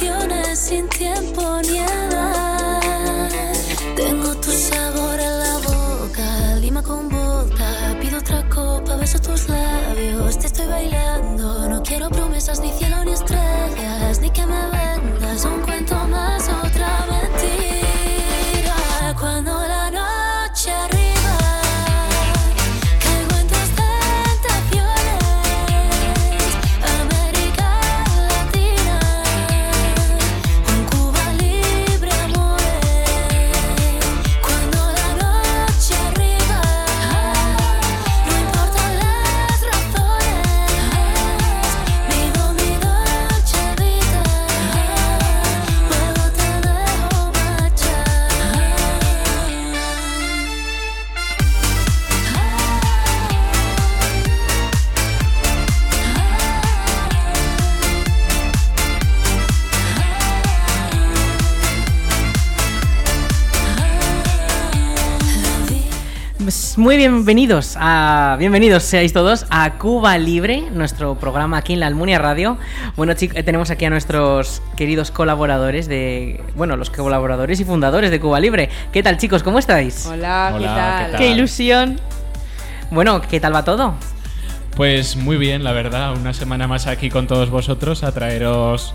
viaje sin tiempo ni edad. Tengo tu sabor en la boca, lima con boca. Pido otra copa, beso tus labios. Te estoy bailando, no quiero promesas, ni cielo, ni estrellas. Ni que me vendas un cuento más, otra mentira. Cuando la noche arriba, caigo en tus tentaciones. América Latina, un Cuba libre, amores. Cuando la noche arriba, no importan las razones. Vivo mi noche vida, luego te dejo marchar. Pues Muy bienvenidos a bienvenidos seáis todos a Cuba Libre, nuestro programa aquí en la Almunia Radio. Bueno, chicos, tenemos aquí a nuestros queridos colaboradores de, bueno, los colaboradores y fundadores de Cuba Libre. ¿Qué tal, chicos? ¿Cómo estáis? Hola, ¿qué, Hola, tal? ¿qué tal? Qué ilusión. Bueno, ¿qué tal va todo? Pues muy bien, la verdad, una semana más aquí con todos vosotros a traeros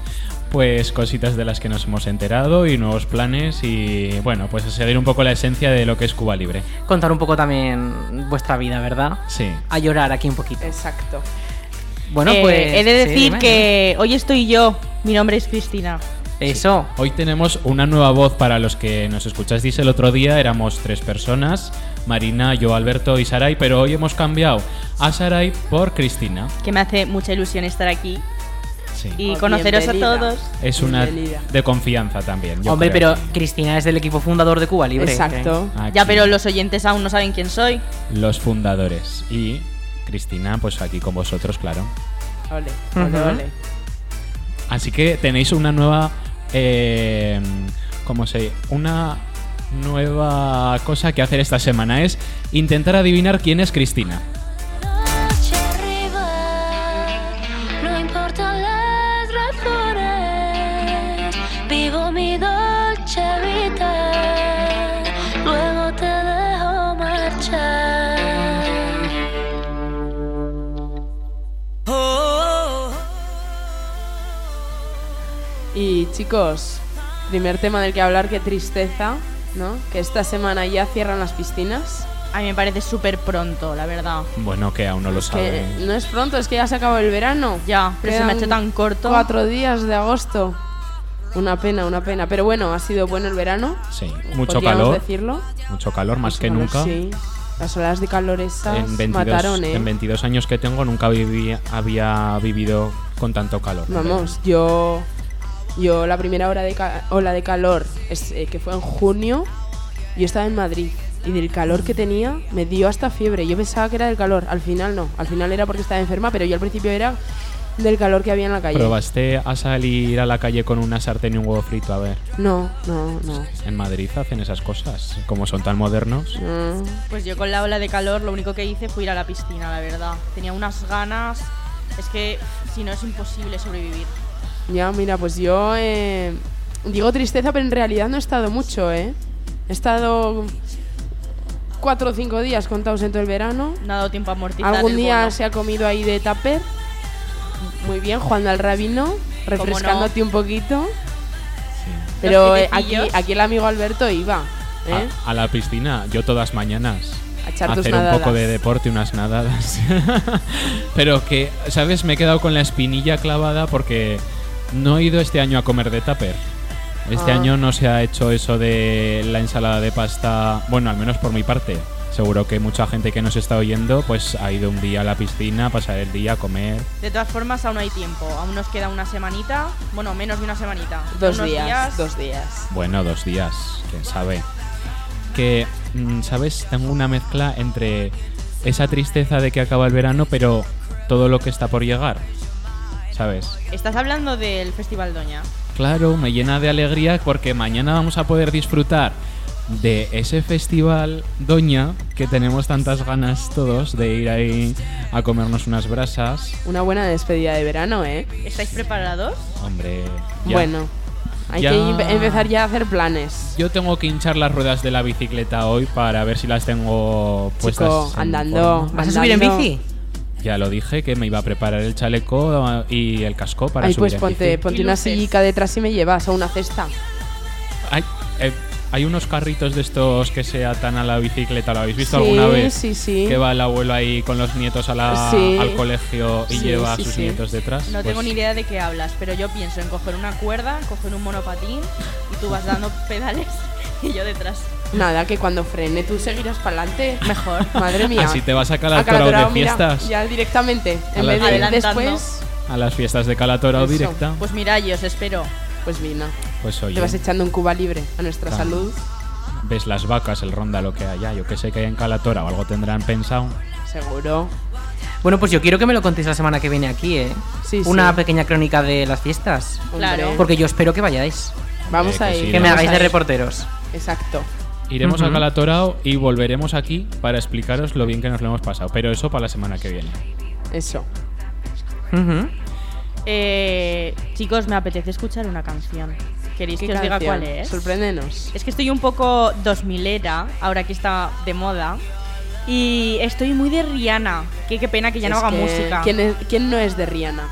pues cositas de las que nos hemos enterado y nuevos planes y bueno, pues a seguir un poco la esencia de lo que es Cuba Libre. Contar un poco también vuestra vida, ¿verdad? Sí. A llorar aquí un poquito. Exacto. Bueno, Eh, pues he de sí, decir dime. que hoy estoy yo. Mi nombre es Cristina. eso Hoy tenemos una nueva voz para los que nos escuchasteis el otro día, éramos tres personas, Marina, yo, Alberto y Sarai, pero hoy hemos cambiado a Sarai por Cristina. Que me hace mucha ilusión estar aquí Sí. y Pues conoceros bienvenida. a todos. Es una Bienvenida. de confianza también. yo Hombre, creo. Ah, pero Cristina es del equipo fundador de Cuba Libre. Exacto. Aquí. Ya, pero los oyentes aún no saben quién soy. los fundadores y Cristina, pues aquí con vosotros, claro. Ole, ole, Ujú. ole. Así que tenéis una nueva, eh, ¿cómo se? Una nueva cosa que hacer esta semana es intentar adivinar quién es Cristina. Noche arriba, no importan las razones, vivo mi dolce vida, luego te dejo marchar. Y chicos, primer tema del que hablar, qué tristeza, ¿no? Que esta semana ya cierran las piscinas. A mí me parece súper pronto, la verdad. Bueno, que aún no lo Que sabe. no es pronto, es que ya se acabó el verano. Ya, pero se me ha hecho tan corto. Cuatro días de agosto. Una pena, una pena. Pero bueno, ha sido bueno el verano. Sí, mucho podríamos calor, decirlo. mucho calor más que Bueno, nunca. Sí. Las olas de calor esas En 22, mataron, ¿eh? en 22 años que tengo nunca vivía, había vivido con tanto calor. Vamos, yo, yo la primera hora de ca- ola de calor, es, eh, que fue en junio, yo estaba en Madrid y del calor que tenía me dio hasta fiebre. Yo pensaba que era del calor, al final no, al final era porque estaba enferma, pero yo al principio era del calor que había en la calle. ¿Probaste a salir a la calle con una sartén y un huevo frito? A ver, No, no, no. en Madrid hacen esas cosas, como son tan modernos. no. Pues yo con la ola de calor lo único que hice fue ir a la piscina, la verdad. Tenía unas ganas. Es que si no es imposible sobrevivir. Ya, mira, pues yo eh, digo tristeza, pero en realidad no he estado mucho, ¿eh? He estado cuatro o cinco días contados en todo el verano. No ha dado tiempo a amortizar. Algún el día bono. se ha comido ahí de tupper. Muy bien, jugando al rabino, refrescándote un poquito. Pero eh, aquí, pitecillos. aquí el amigo Alberto iba ¿eh? A, a la piscina, yo todas mañanas. a echar tus hacer nadadas. un poco de deporte, unas nadadas. Pero que, ¿sabes? Me he quedado con la espinilla clavada porque no he ido este año a comer de tupper. Este Ah. año no se ha hecho eso de la ensalada de pasta, bueno, al menos por mi parte. Seguro que mucha gente que nos está oyendo pues ha ido un día a la piscina, a pasar el día a comer. De todas formas, aún hay tiempo. Aún nos queda una semanita. Bueno, menos de una semanita. Dos Unos días, dos días. Bueno, dos días, quién sabe. Que, mm, ¿sabes? Tengo una mezcla entre esa tristeza de que acaba el verano, pero todo lo que está por llegar. ¿Sabes? Estás hablando del Festival Doña. Claro, me llena de alegría porque mañana vamos a poder disfrutar de ese festival Doña que tenemos tantas ganas todos de ir ahí a comernos unas brasas. Una buena despedida de verano, ¿eh? ¿Estáis preparados? Hombre, ya. Bueno, Hay Ya- que em- empezar ya a hacer planes. Yo tengo que hinchar las ruedas de la bicicleta hoy para ver si las tengo puestas. Chico, en andando. forma. ¿Vas a subir en Andando. bici? Ya lo dije que me iba a preparar el chaleco ah, y el casco para Ay, subir pues en ponte, bici. ponte Y una luces. sillica detrás y me llevas a una cesta. Hay, eh, hay unos carritos de estos que se atan a la bicicleta, ¿lo habéis visto alguna Sí, vez? sí, sí. Que va el abuelo ahí con los nietos a la- Sí. al colegio y Sí, lleva a sí, sus sí. nietos detrás. No Pues tengo ni idea de qué hablas, pero yo pienso en coger una cuerda, coger un monopatín y tú vas dando pedales y yo detrás. Nada, que cuando frene tú seguirás para adelante. Mejor. Madre mía. Así te vas a Calatorao Acatarao, de mira, fiestas. ya directamente. En la vez de fiesta. después, A las fiestas de Calatorao Eso. directa. Pues, Pues mira, yo os espero. Vina, oye, te vas echando un Cuba libre a nuestra Claro. salud. ves las vacas, el ronda, lo que haya. Yo que sé que hay en Calatorao, algo tendrán pensado. Seguro. Bueno, pues yo quiero que me lo contéis la semana que viene aquí, ¿eh? Sí, sí. Una pequeña crónica de las fiestas. Claro. Hombre, Porque yo espero que vayáis. Vamos Eh, que a sí, ir. Que me vamos hagáis de reporte. reporteros. Exacto. Iremos a Ujú. Calatorao y volveremos aquí para explicaros lo bien que nos lo hemos pasado. Pero eso para la semana que viene. Eso. Ujú. Mm-hmm. Eh, chicos, me apetece escuchar una canción. ¿Queréis que os diga canción? cuál es? Sorpréndenos. Es que estoy un poco 2000 era, ahora que está de moda. Y estoy muy de Rihanna. que qué pena que ya no Es haga que, música. ¿quién, es- quién no es de Rihanna?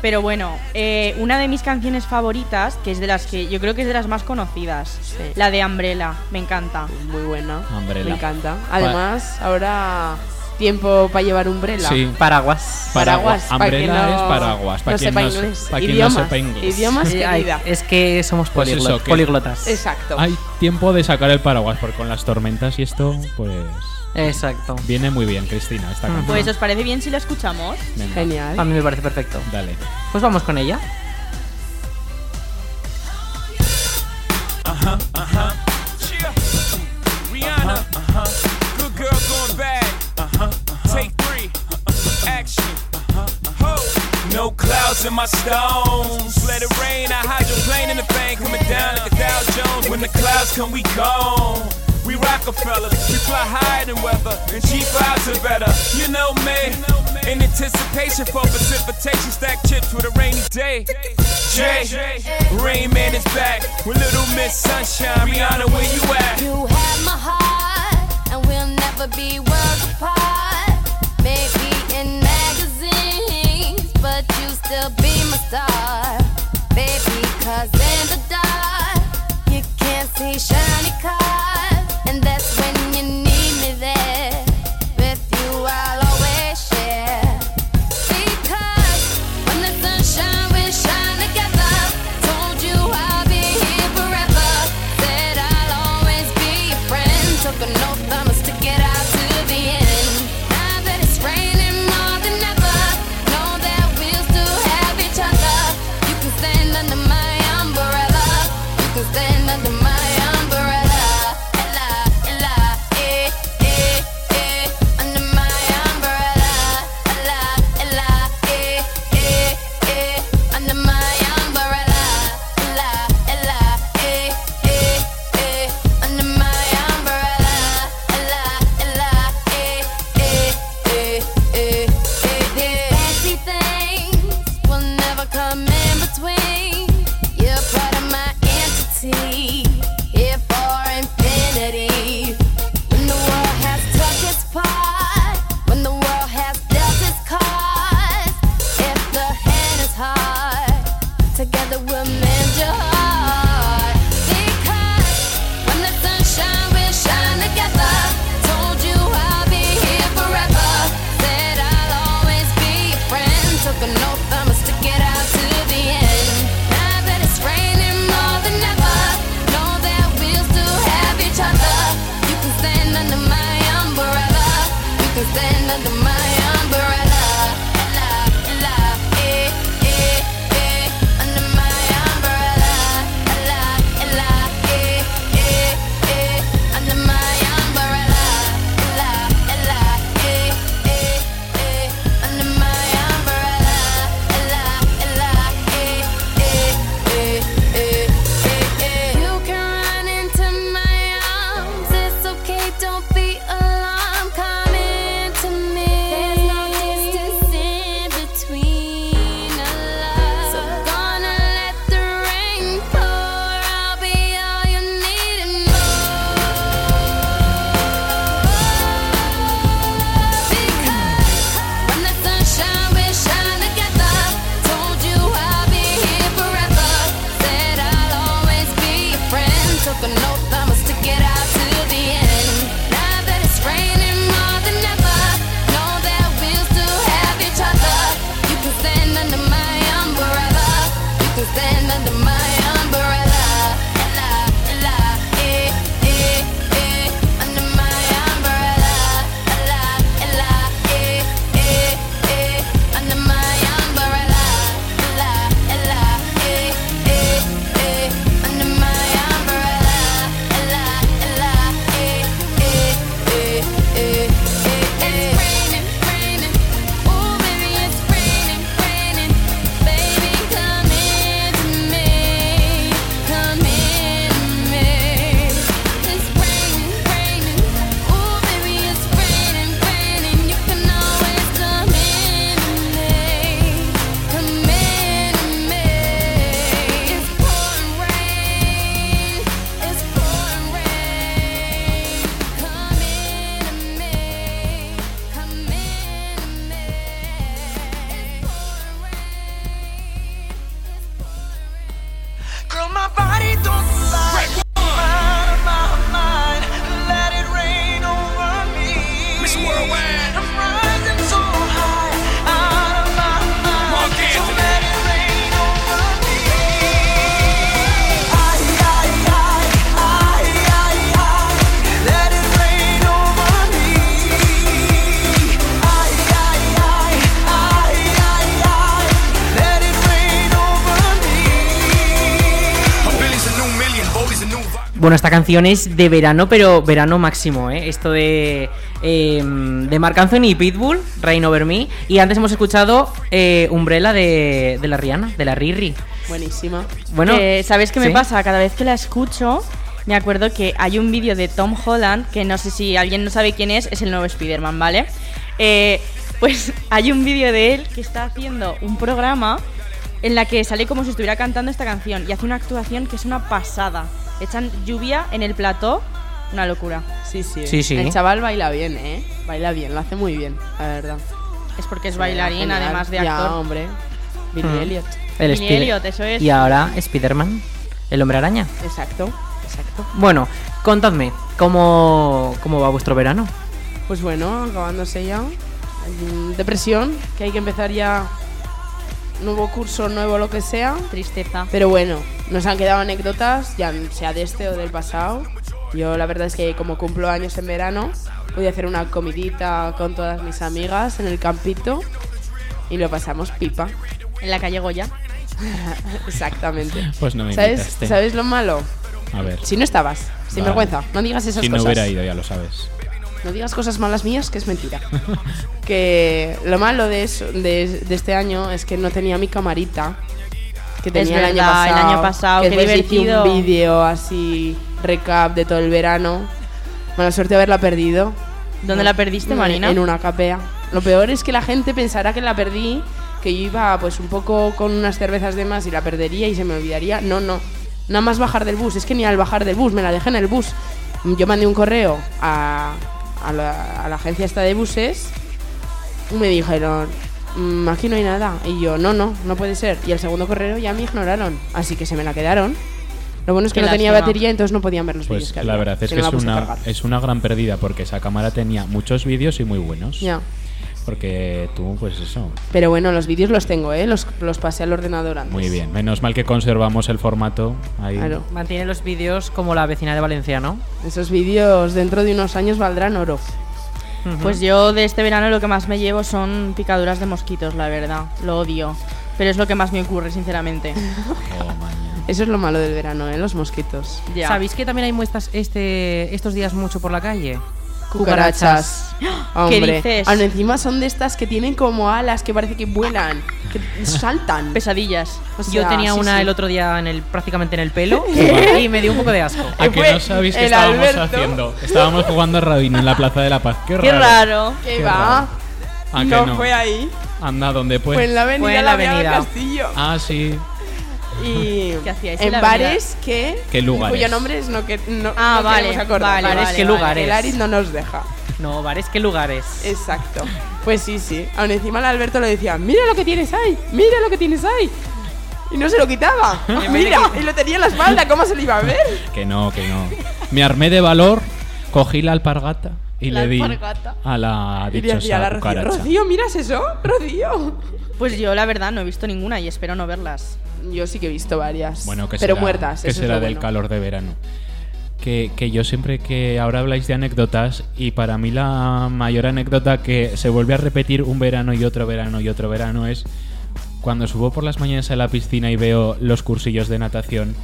Pero bueno, eh, una de mis canciones favoritas, que es de las que yo creo que es de las más conocidas, Sí. la de Umbrella, me encanta. Muy buena. Umbrella. Me encanta. Además, ahora tiempo para llevar umbrella. Sí. Paraguas. Paraguas. Paraguas. para que Umbrella no- es paraguas, para no quien sepa no se- inglés. para quien no idiomas, sepa inglés. Idiomas, Eh, ay, querida. es que somos Pues eso, poliglot- que- poliglotas. Exacto. Hay tiempo de sacar el paraguas, porque con las tormentas y esto, pues. Exacto. Viene muy bien, Cristina, Mm. esta Ujú. canción. Pues, ¿os parece bien si la escuchamos? Venga, A Genial. mí me parece perfecto. Dale. Pues vamos con ella. Rihanna, good girl going bad. Take three, action. Ho! No clouds in my stones. Let it rain, I hydroplane in the bank. Coming down like a Dow Jones. When the clouds come, we gone. We Rockefellers, we fly higher than weather, and G5s are better. You know me, in anticipation for precipitation, stack chips with a rainy day. Jay, Rain Man is back with Little Miss Sunshine. Rihanna, where you at? You have my heart, and we'll never be worlds apart. Maybe in magazines, but you still be my star. Baby, cause in the dark, you can't see shiny cars, and that's when you need me there. With you, I'll always share. Because when the sunshine will shine together, told you I'll be here forever. Said I'll always be your friend. Took an oath I'ma stick it out to the end. Now that it's raining more than ever, know that we'll still have each other. You can stand under my umbrella. You can stand under my umbrella. Ella, ella, eh, eh, eh, under my umbrella. Ella, ella, eh, eh, eh, under my umbrella. Ella, ella, eh, eh, eh, under my umbrella. Ella, ella, eh, eh, eh, eh, eh, eh. Fancy things will never come in between. You're part of my entity, here for infinity. When the world has took its part, when the world has dealt its cards, if the hand is hard, together we'll mend your heart. Because when the sunshine will shine together, told you I'll be here forever. Said I'll always be your friend. Took an oath I'ma stick it out to the end. Now that it's raining more than ever, know that we'll still have each other. You can stand under my umbrella. You can stand under my umbrella. eh, Ella, ella, eh, eh, eh, under my umbrella. eh. eh, Bueno, esta canción es de verano, pero verano máximo, ¿eh? Esto de, eh, de Marc Anthony y Pitbull, Rain Over Me. Y antes hemos escuchado eh, Umbrella de, de la Rihanna, de la Riri. Buenísima. Bueno, Que, Eh, ¿Sabes qué sí. me pasa? Cada vez que la escucho, me acuerdo que hay un vídeo de Tom Holland, que no sé si alguien no sabe quién es, es el nuevo Spider-Man, ¿vale? Eh, pues hay un vídeo de él que está haciendo un programa en la que sale como si estuviera cantando esta canción y hace una actuación que es una pasada. Echan lluvia en el plató, una locura. Sí, sí. Sí, sí. El chaval baila bien, ¿eh? Baila bien, lo hace muy bien, la verdad. Es porque es bailarín, Genial. además de Ya, actor. hombre. Billy Mm. Elliot. el Billy Spider- Elliot, eso es. Y ahora Spider-Man, el hombre araña. Exacto, exacto. Bueno, contadme, ¿cómo, cómo va vuestro verano? Pues bueno, acabándose ya. Mm, Depresión, que hay que empezar ya nuevo curso, nuevo lo que sea. Tristeza. Pero bueno, nos han quedado anécdotas, ya sea de este o del pasado. Yo la verdad es que como cumplo años en verano, pude hacer una comidita con todas mis amigas en el campito y lo pasamos pipa. En la calle Goya. Exactamente. Pues no me ¿Sabes, invitaste. ¿Sabes lo malo? A ver, Si no estabas, sin Vale. vergüenza, no digas esas si no cosas. hubiera ido, ya lo sabes. No digas cosas malas mías, que es mentira. que lo malo de, eso, de, de este año es que no tenía mi camarita. Que tenía el, año verdad, el pasado, año pasado, que qué después hice divertido. un vídeo así, recap de todo el verano. Mala suerte haberla perdido. ¿Dónde la perdiste, En- Marina? En una capea. Lo peor es que la gente pensará que la perdí, que yo iba pues un poco con unas cervezas de más y la perdería y se me olvidaría. No, no. Nada más bajar del bus. Es que ni al bajar del bus, me la dejé en el bus. Yo mandé un correo a, a la, a la agencia esta de buses y me dijeron, "Mm, aquí no hay nada. Y yo, no, no, no puede ser. Y el segundo correo ya me ignoraron. Así que se me la quedaron. Lo bueno es que Qué no tenía lástima. batería, entonces no podían ver los vídeos Pues que la había, verdad es no que la es puse a una, cargar. es una gran pérdida porque esa cámara tenía muchos vídeos y muy buenos. Ya. Porque tú, pues eso, Pero bueno, los vídeos los tengo, ¿eh? Los, los pasé al ordenador antes. muy bien. Menos mal que conservamos el formato ahí. Claro. Mantiene los vídeos como la vecina de Valencia, ¿no? Esos vídeos dentro de unos años valdrán oro. Pues yo de este verano lo que más me llevo son picaduras de mosquitos, la verdad. Lo odio. Pero es lo que más me ocurre, sinceramente. Oh, maña. Eso es lo malo del verano, ¿eh? Los mosquitos. Ya. ¿Sabéis que también hay muestras este, estos días mucho por la calle? Hombre. ¿Qué dices? Aún encima son de estas que tienen como alas que parece que vuelan, que saltan. Pesadillas. O sea, Yo tenía sí, una sí. el otro día en el, prácticamente en el pelo y me dio un poco de asco. ¿A Ah, que no sabéis qué el estábamos Alberto. haciendo? Estábamos jugando a Rabino en la Plaza de la Paz. Qué, Qué raro. ¿Qué Qué va? raro. ¿A Ah, que no, no? fue ahí. Anda, donde puedes. Fue en la avenida Fue en la la Avenida del avenida. Castillo. Ah, sí. Y ¿Qué hacíais en en la avenida? bares que ¿Qué lugares? cuyo nombres no que no, Ah, no vale, queremos acordar. vale, Bares, vale, ¿qué vale. lugares? El Aris no nos deja. No, bares, ¿qué lugares? Exacto. Pues sí, sí. Aún encima el Alberto le decía, mira lo que tienes ahí, mira lo que tienes ahí. Y no se lo quitaba. mira, y lo tenía en la espalda, ¿cómo se lo iba a ver? Que no, que no. Me armé de valor, cogí la alpargata y La le di alpargata. a la Y le decía a dichosa la Rocío, cucaracha. Rocío, ¿miras eso? Rocío. Pues yo la verdad no he visto ninguna y espero no verlas. Yo sí que he visto varias. Bueno, que pero será, muertas. que eso es será lo del bueno. calor de verano. Que, que yo siempre que ahora habláis de anécdotas y para mí la mayor anécdota que se vuelve a repetir un verano y otro verano y otro verano es cuando subo por las mañanas a la piscina y veo los cursillos de natación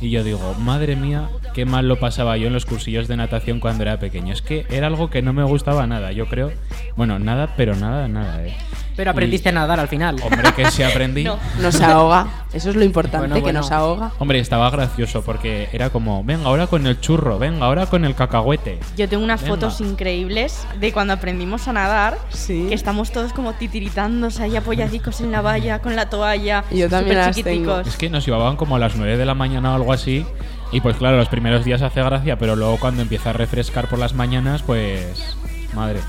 y yo digo, madre mía, qué mal lo pasaba yo en los cursillos de natación cuando era pequeño. Es que era algo que no me gustaba nada, yo creo. Bueno, nada, pero nada, nada, eh. Pero aprendiste Y- a nadar al final. Hombre, que se aprendí. No. Nos ahoga. Eso es lo importante, Bueno, que bueno. nos ahoga. Hombre, estaba gracioso porque era como, venga, ahora con el churro, venga, ahora con el cacahuete. Yo tengo unas Venga. fotos increíbles de cuando aprendimos a nadar. Sí. Que estamos todos como titiritándose ahí apoyadicos en la valla, con la toalla. Yo también las tengo. superchiquiticos. Es que nos llevaban como a las 9 de la mañana o algo así. Y pues claro, los primeros días hace gracia, pero luego cuando empieza a refrescar por las mañanas, pues... Madre.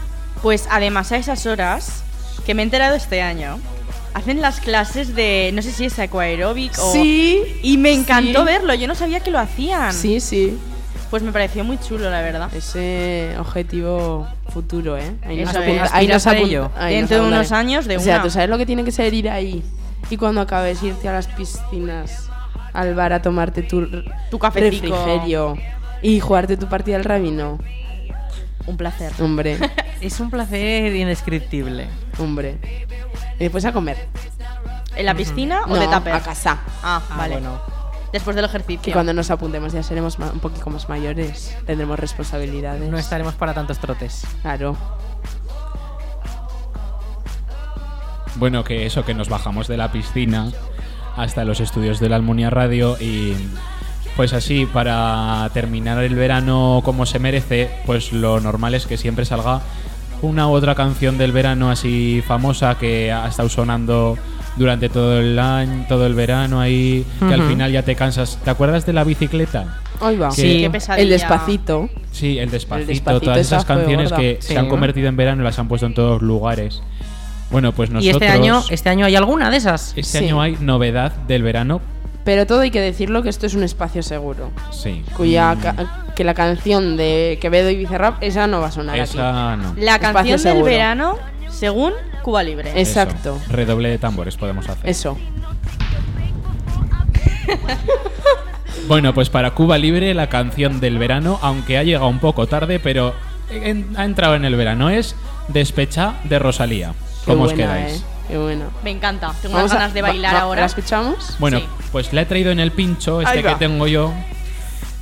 Pues además a esas horas, que me he enterado este año, hacen las clases de, no sé si es aquaeróbic o... Sí. Y me encantó Sí. verlo, yo no sabía que lo hacían. Sí, sí. Pues me pareció muy chulo, la verdad. Ese este objetivo futuro, ¿eh? Ahí nos Eso es, apunta- aspiras a apunta- ello. ahí nos Dentro de apuntaré. unos años, de O sea, una. tú sabes lo que tiene que ser ir ahí. Y cuando acabes irte a las piscinas, al bar a tomarte tu, Tu cafecico. refrigerio y jugarte tu partida al rabino. Un placer. Hombre, Es un placer indescriptible. hombre. Y después a comer. ¿En la piscina o No, de tupper? a casa. Ah, Ah, vale. bueno. después del Que ejercicio. cuando nos apuntemos ya seremos ma- un poquito más mayores, tendremos responsabilidades. No estaremos para tantos trotes. Claro. Bueno, que eso, que nos bajamos de la piscina hasta los estudios de la Almunia Radio y pues así, para terminar el verano como se merece, pues lo normal es que siempre salga una u otra canción del verano así famosa que ha estado sonando durante todo el año, todo el verano ahí, que al Ujú. final ya te cansas. ¿Te acuerdas de la bicicleta? Hoy va. Sí. Qué pesadilla. El despacito. Sí, el despacito, El Despacito, todas esa esas fue canciones gorda. que Sí. se han convertido en verano y las han puesto en todos lugares. Bueno, pues nosotros ¿Y este año, este año hay alguna de esas? Este Sí. año hay novedad del verano. Pero todo hay que decirlo que esto es un espacio seguro. Sí. Cuya Mm, ca- que la canción de Quevedo y Bizarrap, esa no va a sonar aquí. Esa no. La Espacio canción del seguro. verano, según Cuba Libre. Es- exacto. Eso. Redoble de tambores podemos hacer. Eso. Bueno, pues para Cuba Libre la canción del verano, aunque ha llegado un poco tarde, pero en- ha entrado en el verano, es Despecha de Rosalía. Qué ¿Cómo os buena, quedáis? eh. Qué buena. Me encanta. Tengo unas a- ganas de va- bailar va- ¿La ahora. escuchamos? Bueno, Sí. pues la he traído en el pincho, este Ahí va. que tengo yo.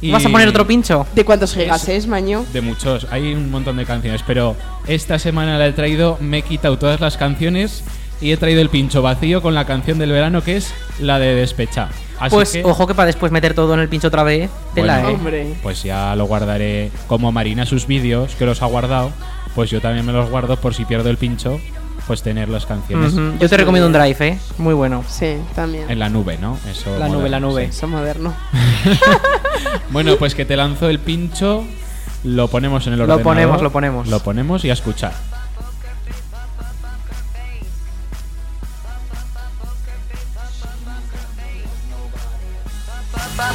y- ¿Vas a poner otro pincho? ¿De cuántos gigas es, Maño? De muchos, hay un montón de canciones, pero esta semana la he traído, me he quitado todas las canciones y he traído el pincho vacío con la canción del verano que es la de Despecha. Así Pues que, ojo que para después meter todo en el pincho otra vez, bueno, tela, ¿eh? Hombre. pues ya lo guardaré como Marina sus vídeos, que los ha guardado, pues yo también me los guardo por si pierdo el pincho, pues tener las canciones Ujú. Yo te recomiendo un drive, ¿eh? Muy bueno. Sí, también. en la nube, ¿no? Eso La mola, nube, la nube. Eso moderno. sí. Bueno, pues que te lanzo el pincho, lo ponemos en el Lo ordenador. ponemos, lo ponemos. Lo ponemos y a escuchar.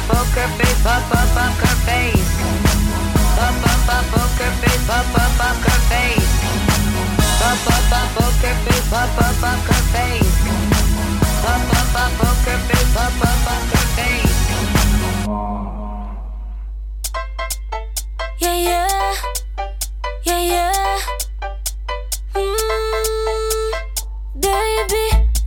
poker face, pop pop poker face. Pop pop pop poker face, pop pop poker face. Pop pop pop poker face, pop pop poker face. Pop pop pop poker face, pop pop poker face. Yeah, yeah. Yeah, yeah. Mm, baby,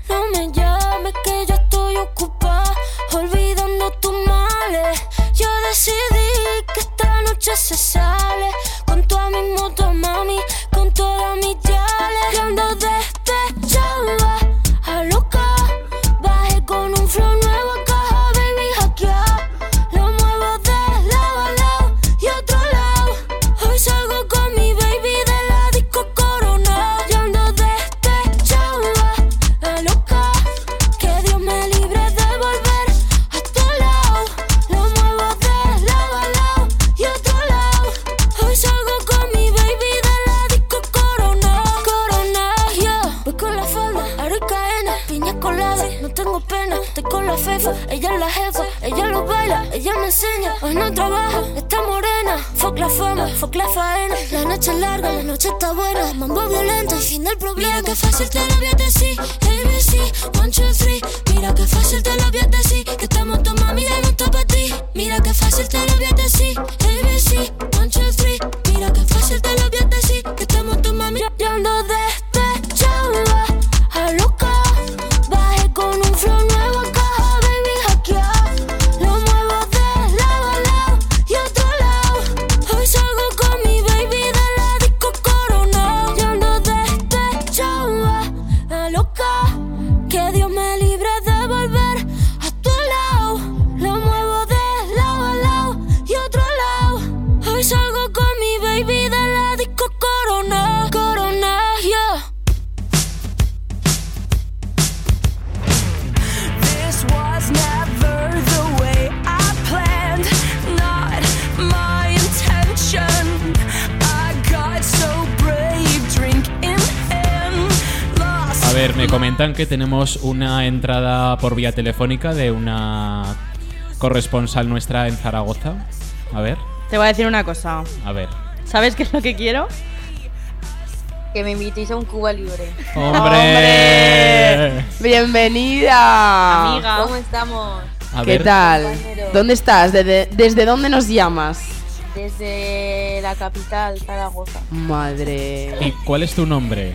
no me llames que yo estoy ocupada olvidando tus males. Yo decidí que esta noche se sale con toda mi moto, mami, con todas mis yales. Que ando despechada, a loca. Bajé con un flow nuevo a caja, baby, hackeado. Lo muevo de lado a lado y otro lado. Hoy salgo con mi baby de la disco corona. Yo ando despechada, la loca. Que Dios me libre de volver a tu lado. Lo muevo de lado a lado y otro lado. Hoy salgo con mi baby de la disco corona. Corona, yo voy con la falda, aro y cadena, piña colada. No tengo pena, estoy con la fefa. Ella es la jefa, ella lo baila, ella me enseña. Hoy no trabaja, está morena. Fuck la fama, fuck la faena. La noche es larga, la noche está buena. Mambo violento, el fin del problema. Mira que fácil te lo voy a decir. ABC, one, two, three. Mira que fácil te lo voy a decir. Que estamos tu mami, ya no está para ti. Mira que fácil te lo voy a decir. ABC, one, two, three. Mira que fácil te lo voy a decir. Que estamos tu mami. Yo- Yo ando despechada, a loca. Bajé con un flow nuevo a caja, baby, hackeado. Lo muevo de lado a lado y otro lado. Hoy salgo con mi baby de la disco corona. Yo ando despechada, a loca. Que Dios me libre de volver a tu lado. Lo muevo de lado a lado y otro lado. Hoy salgo con mi baby de la disco corona. Corona, yeah. This was never the way I planned, not my intention. I got so brave, drink in hand, lost. A ver, me comentan que tenemos una entrada por vía telefónica de una corresponsal nuestra en Zaragoza. A ver, Te voy a decir una cosa. a ver. ¿Sabes qué es lo que quiero? Que me invitéis a un Cuba Libre. ¡Hombre! ¡Bienvenida! Amiga. ¿Cómo estamos? A ¿Qué ver, tal? compañero. ¿Dónde estás? ¿Desde, desde dónde nos llamas? Desde la capital, Zaragoza. Madre. ¿y cuál es tu nombre?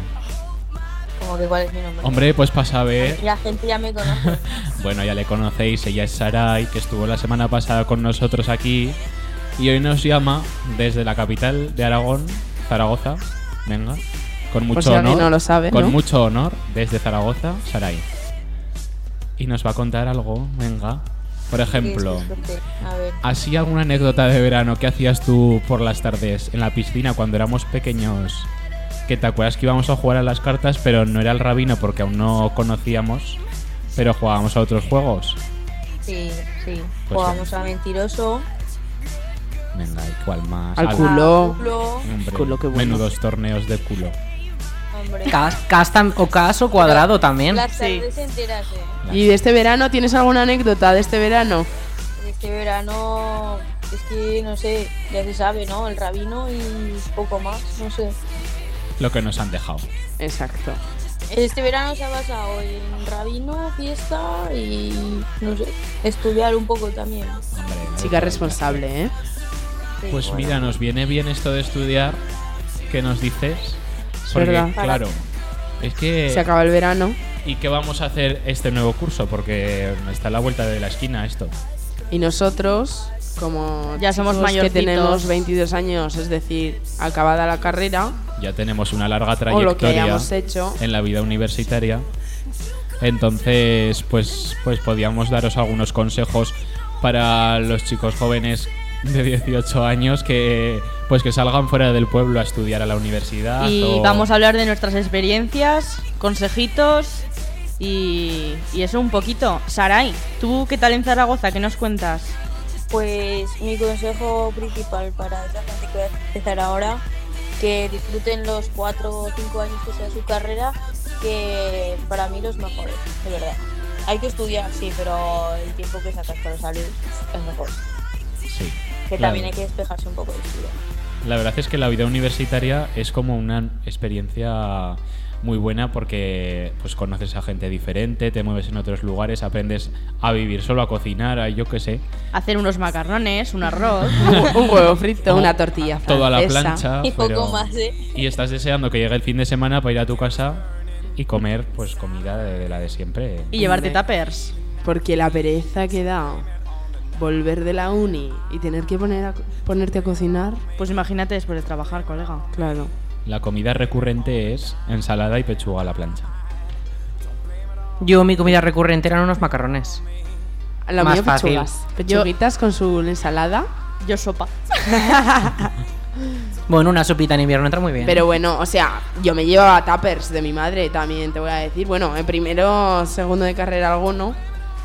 Como como que cuál es mi nombre. Hombre, pues para saber. La gente ya me conoce. Bueno, ya le conocéis, ella es Sarai, que estuvo la semana pasada con nosotros aquí y hoy nos llama desde la capital de Aragón, Zaragoza. Venga, con mucho si alguien honor. no lo sabe, con ¿no? mucho honor, desde Zaragoza, Sarai. Y nos va a contar algo, venga. Por ejemplo, Sí, sí, sí, sí. A ver. ¿así alguna anécdota de verano que hacías tú por las tardes en la piscina cuando éramos pequeños? Que te acuerdas que íbamos a jugar a las cartas, pero no era el rabino porque aún no conocíamos, pero jugábamos a otros juegos. Sí, sí. Jugamos a mentiroso. Venga, ¿y cuál más? Al Ah, culo. Culo. a culo, hombre, Culo, qué bueno. Menudos torneos de culo. Hombre. Cas, cas tam- o cas o cuadrado también. Las Sí. tardes enteras, eh. ¿Y de este verano tienes alguna anécdota de este verano? Este verano. Es que no sé, ya se sabe, ¿no? El rabino y poco más, no sé. Lo que nos han dejado. Exacto. Este verano se ha basado en rabino, fiesta y no sé, estudiar un poco también. Hombre, Chica ahí. responsable, ¿eh? Sí. Pues mira, nos viene bien esto de estudiar. ¿Qué nos dices? verdad. claro. Es que. Se acaba el verano ¿Y qué vamos a hacer este nuevo curso? Porque está a la vuelta de la esquina esto. y nosotros, como Ya somos chicos que mayorcitos. tenemos 22 años, es decir, acabada la carrera Ya tenemos una larga o lo que trayectoria hayamos hecho, en la vida universitaria. Entonces, pues, pues podíamos daros algunos consejos para los chicos jóvenes de 18 años que pues que salgan fuera del pueblo a estudiar a la universidad. Y o- vamos a hablar de nuestras experiencias, consejitos y, y eso un poquito. Sarai, ¿tú qué tal en Zaragoza? ¿Qué nos cuentas? Pues mi consejo principal para esa gente que va a empezar ahora, que disfruten los cuatro o cinco años que sea su carrera, que para mí los mejores, de verdad. Hay que estudiar, sí, pero el tiempo que sacas para salir es mejor. Sí, Que claro. también hay que despejarse un poco de estudiar. La verdad es que la vida universitaria es como una experiencia muy buena porque pues conoces a gente diferente, te mueves en otros lugares, aprendes a vivir solo, a cocinar, a yo qué sé, Hacer unos macarrones, un arroz. un huevo frito, una tortilla francesa. todo a la plancha. Y poco pero- más, ¿eh? Y estás deseando que llegue el fin de semana para ir a tu casa y comer pues comida de, de la de siempre. y llevarte Hombre. tuppers. Porque la pereza que da volver de la uni y tener que poner a- ponerte a cocinar, Pues imagínate después de trabajar, colega. claro. La comida recurrente es ensalada y pechuga a la plancha. Yo mi comida recurrente eran unos macarrones. La Más mía fácil. pechugas. Pechuguitas con su ensalada. Yo sopa. Bueno, una sopita en invierno entra muy bien. Pero bueno, o sea, yo me llevaba tuppers de mi madre también, te voy a decir. Bueno, en primero, segundo de carrera alguno,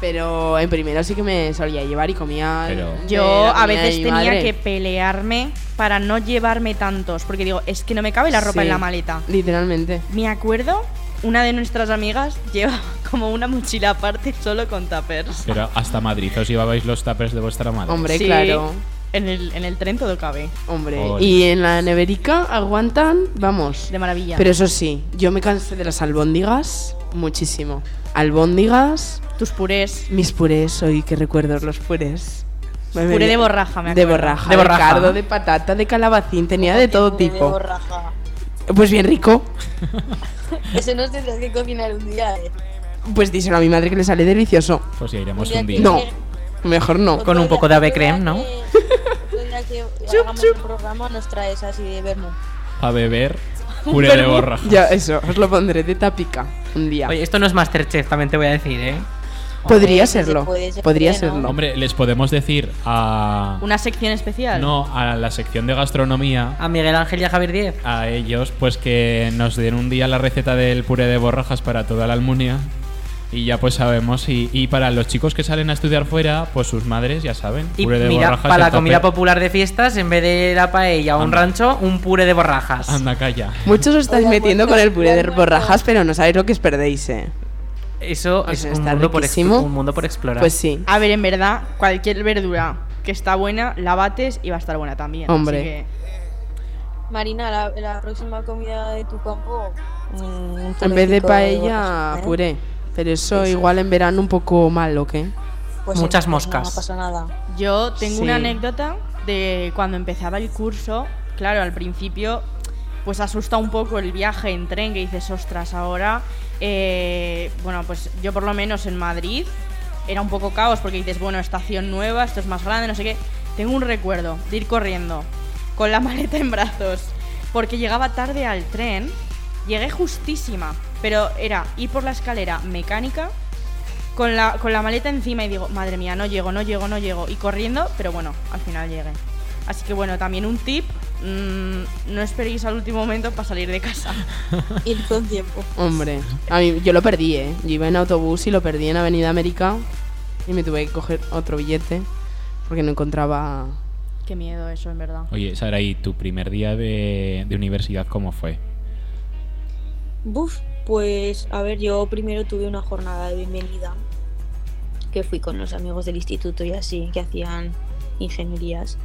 pero en primero sí que me solía llevar y comía. Pero- de Yo la a comida de veces mi tenía madre. que pelearme para no llevarme tantos, porque digo, es que no me cabe la ropa Sí, en la maleta. Literalmente. Me acuerdo, una de nuestras amigas lleva como una mochila aparte solo con tuppers. Pero hasta Madrid os llevabais los tapers de vuestra madre. Hombre, Sí, claro. En el, en el tren todo cabe. Hombre. Ole. Y en la neverica aguantan, vamos. De maravilla. Pero eso sí, yo me cansé de las albóndigas muchísimo. Albóndigas, Tus purés. mis purés, hoy que recuerdo los purés. Me Puré venía- de borraja, me De acuerdo. borraja, De de, borraja. cardo, de patata, de calabacín, tenía de todo Puré de tipo. borraja. Pues bien rico. Eso no tendrás que cocinar un día, ¿eh? Pues díselo a mi madre que le sale delicioso. Pues ya iremos día un que- día. No. Mejor no. Con un poco de ave creme, ¿no? Otro día que hagamos un programa nos traes así de vermo. A beber puré de borraja. Ya, eso, os lo pondré de tapica un día. Oye, esto no es Masterchef, también te voy a decir, ¿eh? Podría Hombre, sí se serlo. puede, se Podría puede, ¿no? serlo. Hombre, les podemos decir a. Una sección especial. No, a la sección de gastronomía. A Miguel Ángel y a Javier Diez. A ellos, pues que nos den un día la receta del puré de borrajas para toda la Almunia. Y ya pues sabemos. Y, y para los chicos que salen a estudiar fuera, pues sus madres ya saben. Y puré de mira, borrajas. para en la comida tupper. popular de fiestas, en vez de la paella o un Anda. rancho, un puré de borrajas. Anda, calla. Muchos os estáis Hola, metiendo muerto, con el puré de hola, muerto. borrajas, pero no sabéis lo que os perdéis, eh. Eso Pues es un está mundo, por ex- riquísimo. un mundo por explorar. Pues sí. A ver, en verdad, cualquier verdura que está buena, la bates y va a estar buena también. Hombre. Así que- Marina, la, la próxima comida de tu campo. mm, un En vez de purecito paella, borrajas, ¿eh? puré. Pero eso igual en verano un poco mal, ¿o qué? Pues Muchas entonces moscas. No pasa nada. Yo tengo una Sí. anécdota de cuando empezaba el curso. Claro, al principio, pues asusta un poco el viaje en tren que dices, ostras, ahora, eh, bueno, pues yo por lo menos en Madrid era un poco caos porque dices, bueno, estación nueva, esto es más grande, no sé qué. Tengo un recuerdo de ir corriendo con la maleta en brazos porque llegaba tarde al tren, llegué justísima, pero era ir por la escalera mecánica con la, con la maleta encima y digo, madre mía, no llego, no llego, no llego. Y corriendo, pero bueno, al final llegué. Así que bueno, también un tip, mm, no esperéis al último momento para salir de casa. Ir con tiempo. Hombre, a mí, yo lo perdí, ¿eh? Yo iba en autobús y lo perdí en Avenida América y me tuve que coger otro billete porque no encontraba... Qué miedo eso, en verdad. Oye, Sara, ¿y tu primer día de, de universidad cómo fue? Buf, pues a ver, yo primero tuve una jornada de bienvenida que fui con los amigos del instituto y así, que hacían ingenierías.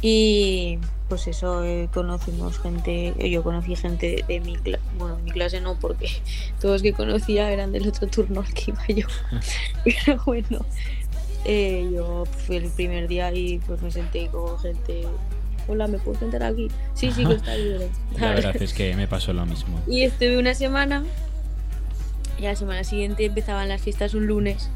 Y pues eso, eh, conocimos gente, yo conocí gente de mi clase, bueno, de mi clase no, porque todos los que conocía eran del otro turno al que iba yo. Pero bueno, eh, yo fui el primer día y pues me senté con gente. Hola, ¿me puedo sentar aquí? Sí, sí, que está libre. La verdad es que me pasó lo mismo. Y estuve una semana. Y a la semana siguiente empezaban las fiestas un lunes.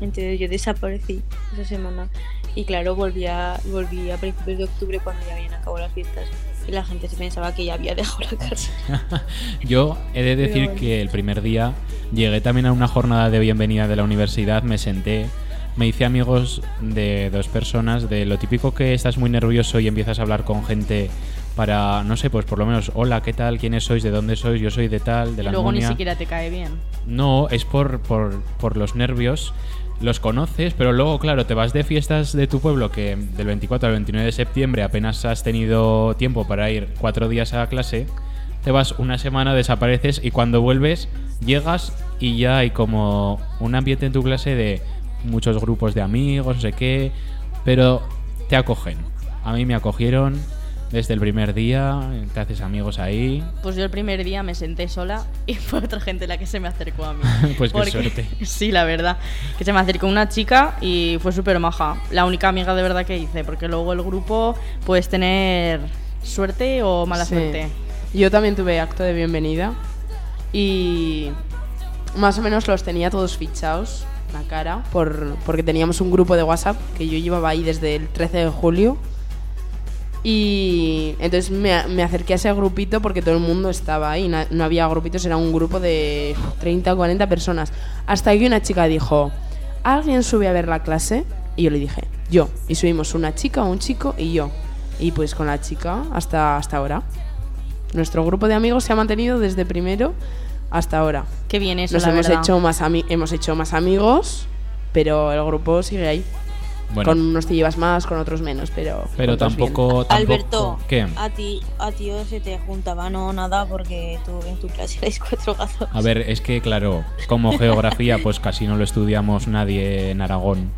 Entonces yo desaparecí esa semana. Y claro, volví a, volví a principios de octubre cuando ya habían acabado las fiestas. Y la gente se pensaba que ya había dejado la casa. Yo he de Pero decir bueno. que el primer día llegué también a una jornada de bienvenida de la universidad, me senté, me hice amigos de dos personas, de lo típico que estás muy nervioso y empiezas a hablar con gente para, no sé, pues por lo menos, hola, ¿qué tal? ¿Quiénes sois? ¿De dónde sois? Yo soy de tal, de la Luego ni Almunia". siquiera te cae bien. No, es por, por, por los nervios. Los conoces, pero luego, claro, te vas de fiestas de tu pueblo que del 24 al 29 de septiembre apenas has tenido tiempo para ir cuatro días a clase. Te vas una semana, desapareces y cuando vuelves, llegas y ya hay como un ambiente en tu clase de muchos grupos de amigos, no sé qué, pero te acogen. A mí me acogieron desde el primer día, te haces amigos ahí. Pues yo el primer día me senté sola y fue otra gente la que se me acercó a mí. Pues qué suerte. Sí, la verdad. Que se me acercó una chica y fue súper maja. La única amiga de verdad que hice, porque luego el grupo puedes tener suerte o mala Sí. suerte. Yo también tuve acto de bienvenida y más o menos los tenía todos fichados, la cara, por, porque teníamos un grupo de WhatsApp que yo llevaba ahí desde el 13 de julio. Y entonces me, a- me acerqué a ese grupito porque todo el mundo estaba ahí, na- no había grupitos, era un grupo de 30 o 40 personas. Hasta que una chica dijo, ¿alguien sube a ver la clase? Y yo le dije, yo. Y subimos una chica, un chico y yo. Y pues con la chica hasta, hasta ahora. Nuestro grupo de amigos se ha mantenido desde primero hasta ahora. Qué bien eso, Nos la hemos verdad. hecho, más ami- hemos hecho más amigos, pero el grupo sigue ahí. Bueno, Con unos te llevas más, con otros menos, pero... pero con todos bien. tampoco, tampoco... Alberto, ¿Qué? a ti a ti se te juntaba no nada porque tú en tu clase erais cuatro gatos. A ver, es que claro, como geografía, pues casi no lo estudiamos nadie en Aragón.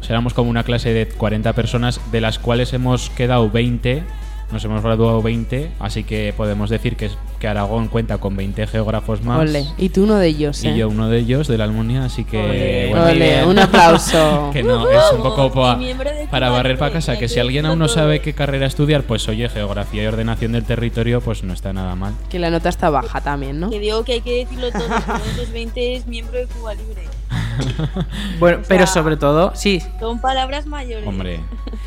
O sea, éramos como una clase de 40 personas, de las cuales hemos quedado 20, nos hemos graduado 20, así que podemos decir que, es- que Aragón cuenta con 20 geógrafos más. Ole, y tú uno de ellos, ¿eh? Y yo uno de ellos, de la Almunia, así que... Ole. bueno, Ole, bien. un aplauso. Que no, es un poco Vamos, pa- miembro de para tu barrer para parte, casa, ya que si que alguien hizo aún no todo. sabe qué carrera estudiar, pues oye, geografía y ordenación del territorio, pues no está nada mal. Que la nota está baja también, ¿no? Te digo que hay que decirlo todo, que uno de los 20 es miembro de Cuba Libre. Bueno, O sea- pero sobre todo, sí, Son palabras mayores. Hombre,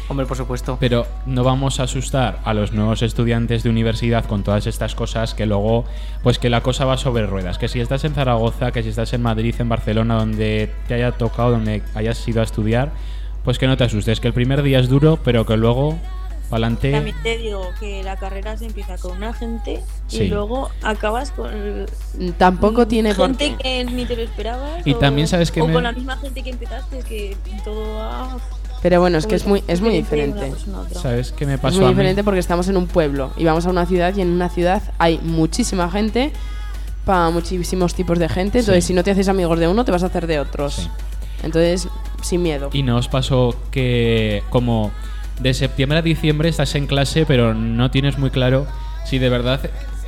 hombre, por supuesto. Pero no vamos a asustar a los nuevos estudiantes de universidad con todas estas cosas que luego, pues que la cosa va sobre ruedas. Que si estás en Zaragoza, que si estás en Madrid, en Barcelona, donde te haya tocado, donde hayas ido a estudiar, pues que no te asustes, que el primer día es duro, pero que luego, para adelante, También te digo que la carrera se empieza con una gente Sí. y luego acabas con Tampoco tiene por Mm, gente qué. que ni te lo esperabas. Y también sabes que o me- con la misma gente que empezaste, es que todo va. Pero bueno, es que Pues, es muy, es muy diferente diferente. una persona a otra. ¿sabes qué me Es pasó muy a mí? diferente porque estamos en un pueblo y vamos a una ciudad y en una ciudad hay muchísima gente para muchísimos tipos de gente. Entonces, Sí. si no te haces amigos de uno, te vas a hacer de otros. Sí. Entonces, sin miedo. ¿Y no os pasó que como de septiembre a diciembre estás en clase, pero no tienes muy claro si de verdad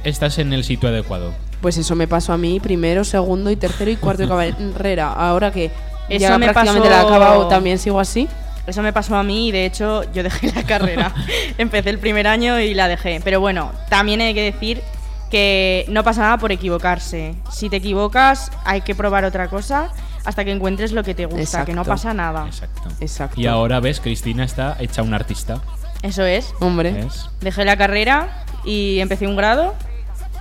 estás en el sitio adecuado? Pues eso me pasó a mí primero, segundo y tercero y cuarto de carrera. Ahora que Eso ya me pasó- prácticamente la he acabado, también sigo así. Eso me pasó a mí y de hecho yo dejé la carrera. Empecé el primer año y la dejé. Pero bueno, también hay que decir que no pasa nada por equivocarse. Si te equivocas, hay que probar otra cosa hasta que encuentres lo que te gusta, que no Exacto. pasa nada. Exacto. Exacto. Y ahora ves, Cristina está hecha un artista. Eso es. Hombre, ¿ves? Dejé la carrera y empecé un grado.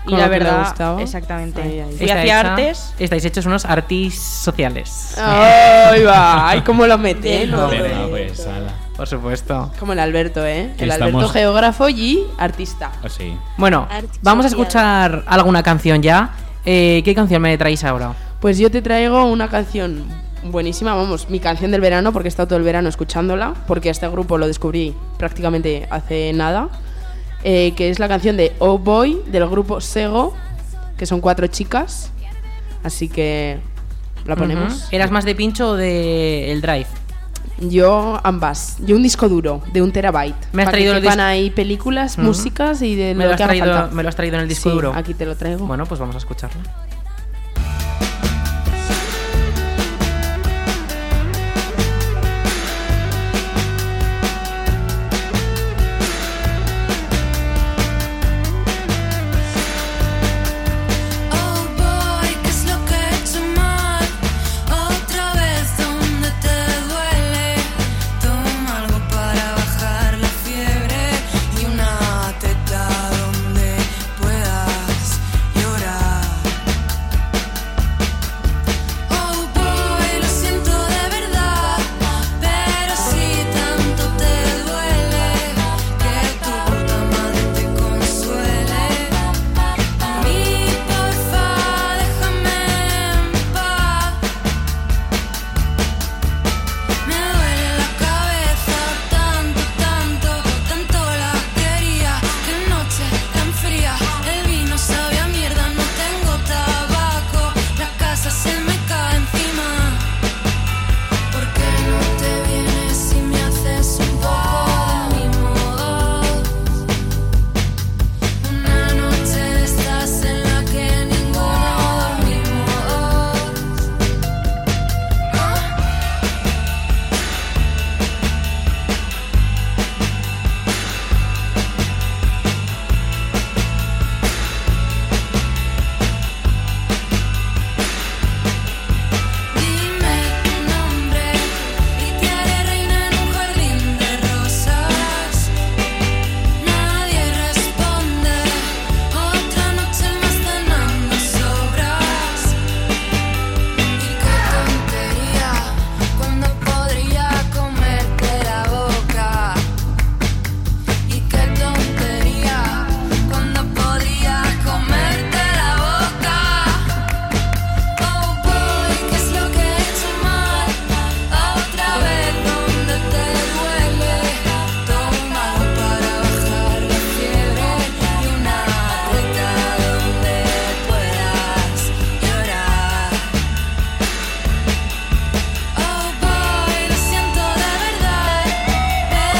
Y Con la lo que le verdad, gustaba. exactamente. Ahí, ahí. Fui Está hacia hecha- artes. Estáis hechos unos artis sociales. ahí va, ay, cómo lo ¿eh? Ah, metemos. Venga, pues, ala. Por supuesto. Como el Alberto, ¿eh? El Estamos- Alberto geógrafo y artista. Ah, Así. Bueno, Artis vamos a sociales. escuchar alguna canción ya. Eh, ¿Qué canción me traéis ahora? Pues yo te traigo una canción buenísima, vamos, mi canción del verano, porque he estado todo el verano escuchándola, porque este grupo lo descubrí prácticamente hace nada, eh, que es la canción de Oh Boy del grupo Sego, que son cuatro chicas, así que la ponemos. Ujú. ¿Eras más de pincho o de el drive? Yo ambas, yo un disco duro de un terabyte. Me has Pa' que traído el quepan dis- ahí películas, Ujú. músicas y de Me lo, lo has que haga traído, falta. me lo has traído en el disco Sí, duro. Aquí te lo traigo. Bueno, pues vamos a escucharlo. Oh boy, ¿qué es lo que he hecho mal? Otra vez donde te duele. Toma algo para bajar la fiebre y una teta donde puedas llorar. Oh boy, lo siento de verdad, pero si tanto te duele que tu puta madre te consuele. A mí, porfa, déjame en paz. Me duele la cabeza tanto, tanto, tanto la quería. Qué noche tan fría. El vino sabe a mierda, no tengo tabaco. La casa se me cae encima. ¿Por qué no te vienes y me haces un poco de mi modo? Una noche estás en la que ninguno dormimos. Dime tu nombre y te haré reina en un jardín de rosas. Nadie responde, otra noche más ganando sobras. Y qué tontería, cuando podría comerte la boca. Y qué tontería, cuando podría comerte la boca. Oh boy, ¿qué es lo que he hecho mal? Otra vez donde te duele Toma algo para bajar la fiebre Y una teta donde puedas llorar Oh boy, lo siento de verdad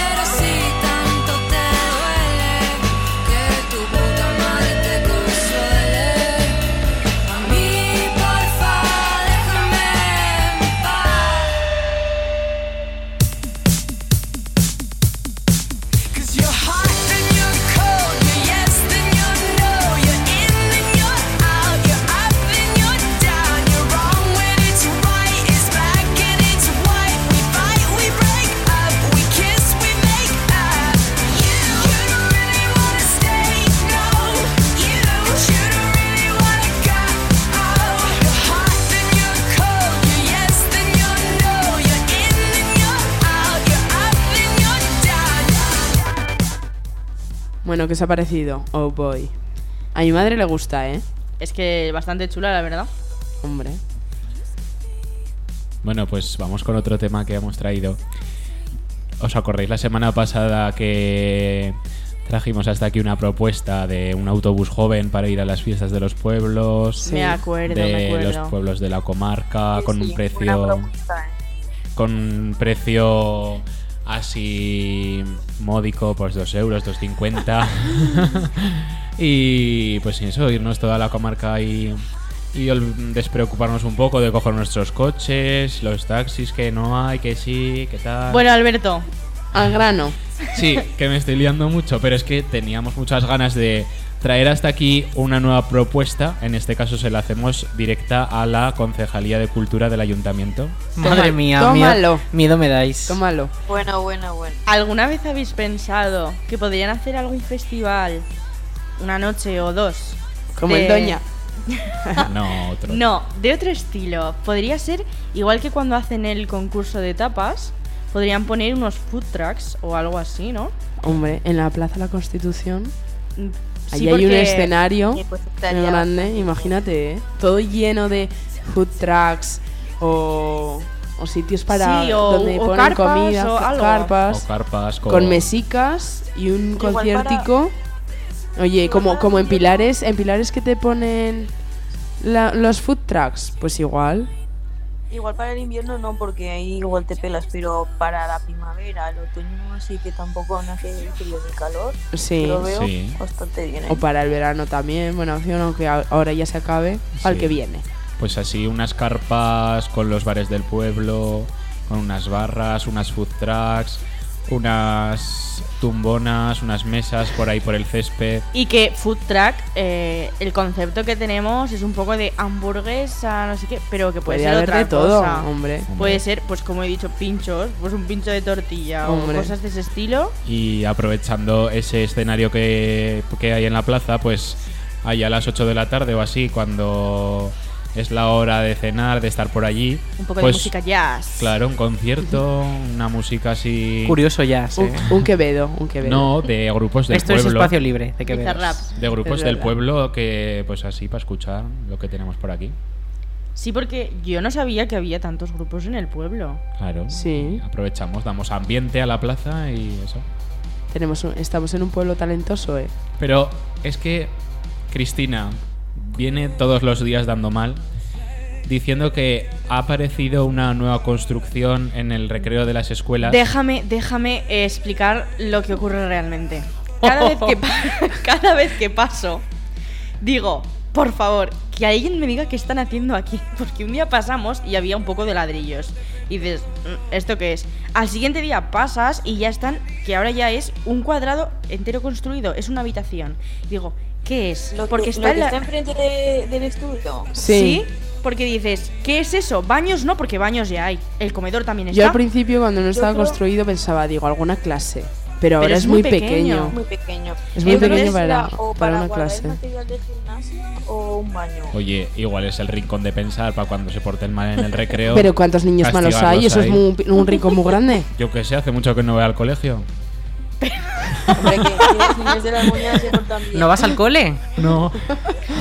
Pero si tanto te duele Que tu puta madre te consuele a mí, porfa, déjame en paz. Cause you're hot, then you're cold, you're yes, then you're no, Oh, you're in, then you're out, you're up, then you're down, you're wrong when it's right, it's black and it's white. We fight, we break up, we kiss, we make up. You, you don't really wanna stay, no, you, you don't really wanna go. Oh, you're hot, then you're cold, you're yes, then you're no, you're in, then you're out, you're up, then you're down. Bueno, ¿qué os ha parecido? Oh boy. A mi madre le gusta, ¿eh? Es que bastante chula, la verdad. Hombre. Bueno, pues vamos con otro tema que hemos traído. ¿Os acordáis la semana pasada que trajimos hasta aquí una propuesta de un autobús joven para ir a las fiestas de los pueblos? Sí. Me acuerdo, me de los acuerdo. pueblos de la comarca con un precio con un precio así módico pues 2 euros 2.50 y pues sin eso irnos toda la comarca y y ol- despreocuparnos un poco de coger nuestros coches, los taxis que no hay, que sí, que tal. Bueno, Alberto, Al grano. Sí, que me estoy liando mucho, pero es que teníamos muchas ganas de traer hasta aquí una nueva propuesta. En este caso se la hacemos directa a la Concejalía de Cultura del Ayuntamiento. Madre Toma- mía, tómalo. miedo, miedo me dais. Tómalo. Bueno, bueno, bueno. ¿alguna vez habéis pensado que podrían hacer algún festival una noche o dos? Como el de- Doña. No, otro. No, de otro estilo. Podría ser igual que cuando hacen el concurso de tapas, podrían poner unos food trucks o algo así, ¿no? Hombre, en la Plaza de la Constitución. Mm, Ahí sí, hay un porque- escenario Sí, pues muy estaría grande, bastante imagínate, ¿eh? Todo lleno de food trucks o, o sitios para Sí, o- donde o ponen carpas comida, o algo. carpas, O carpas con, con mesicas y un Igual conciertico. Oye, como, para- como en pilares, en pilares que te ponen la- los food trucks, pues igual. Igual para el invierno no, porque ahí igual te pelas, pero para la primavera, el otoño así que tampoco no hace el frío ni calor. Sí. lo veo sí. bastante bien. ¿eh? O para el verano también, buena opción, aunque a- ahora ya se acabe, para el Sí. que viene. Pues así, unas carpas con los bares del pueblo, con unas barras, unas food trucks, unas tumbonas, unas mesas por ahí por el césped. Y que food truck, eh, el concepto que tenemos es un poco de hamburguesa, no sé qué, pero que puede ser Puede haber otra de todo, cosa. hombre. Puede ser, pues como he dicho, pinchos, pues un pincho de tortilla Hombre. o cosas de ese estilo. Y aprovechando ese escenario que, que hay en la plaza, pues ahí a las 8 de la tarde o así, cuando es la hora de cenar, de estar por allí. Un poco pues, de música jazz. Claro, un concierto, una música así. Curioso eh. ya, sí. Un, un Quevedo, un Quevedo. No, de grupos del Esto es pueblo. espacio libre, de que Bizarrap. veas. de grupos Es del verdad. pueblo que, pues así, para escuchar lo que tenemos por aquí. Sí, porque yo no sabía que había tantos grupos en el pueblo. Claro. y Sí. Aprovechamos, damos ambiente a la plaza y eso. Tenemos un- estamos en un pueblo talentoso, ¿eh? Pero es que Cristina viene todos los días dando mal, diciendo que ha aparecido una nueva construcción en el recreo de las escuelas. Déjame, déjame eh, explicar lo que ocurre realmente. Cada vez que, pa- cada vez que paso, digo, por favor, que alguien me diga qué están haciendo aquí. Porque un día pasamos y había un poco de ladrillos. Y dices, "Mm, ¿esto qué es? Al siguiente día pasas y ya están, que ahora ya es un cuadrado entero construido, es una habitación. Digo, ¿qué es? Lo que, Porque lo está en que la- está enfrente de- del estudio. Sí. Porque dices, ¿qué es eso? Baños no, porque baños ya hay. El comedor también está. Yo al principio cuando no estaba creo- construido pensaba, digo, alguna clase. Pero ahora Pero es, muy pequeño. Muy pequeño. Es muy Entonces, pequeño para- era o para para, una guardar clase. el material de gimnasio o un baño. Oye, igual es el rincón de pensar para cuando se porten mal en el recreo. Pero cuántos niños malos hay, Castigarlos eso es ahí. muy- un, rico muy grande. Yo que sé, hace mucho que no voy al colegio. Hombre, que, que los niños de la armonía se portan bien. ¿No vas al cole? No,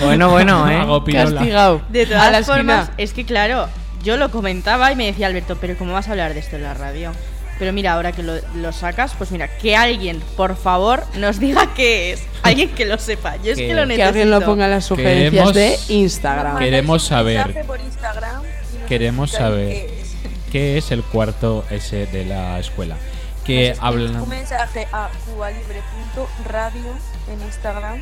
Bueno, bueno, ¿eh? hago pirola. Castigado. De a la todas esquina. formas, es que claro, yo lo comentaba y me decía Alberto, pero ¿cómo vas a hablar de esto en la radio? Pero mira, ahora que lo, lo sacas, pues mira, que alguien, por favor, nos diga qué es. Alguien que lo sepa. Yo es Que- que lo Que necesito. Que alguien lo ponga en las sugerencias Queremos- de Instagram. Que- Queremos saber. Mensaje por Instagram y nos Queremos explican saber. qué es. ¿Qué es el cuarto S de la escuela? Que Nos escribes hablan. Un mensaje a cubalibre.radio en Instagram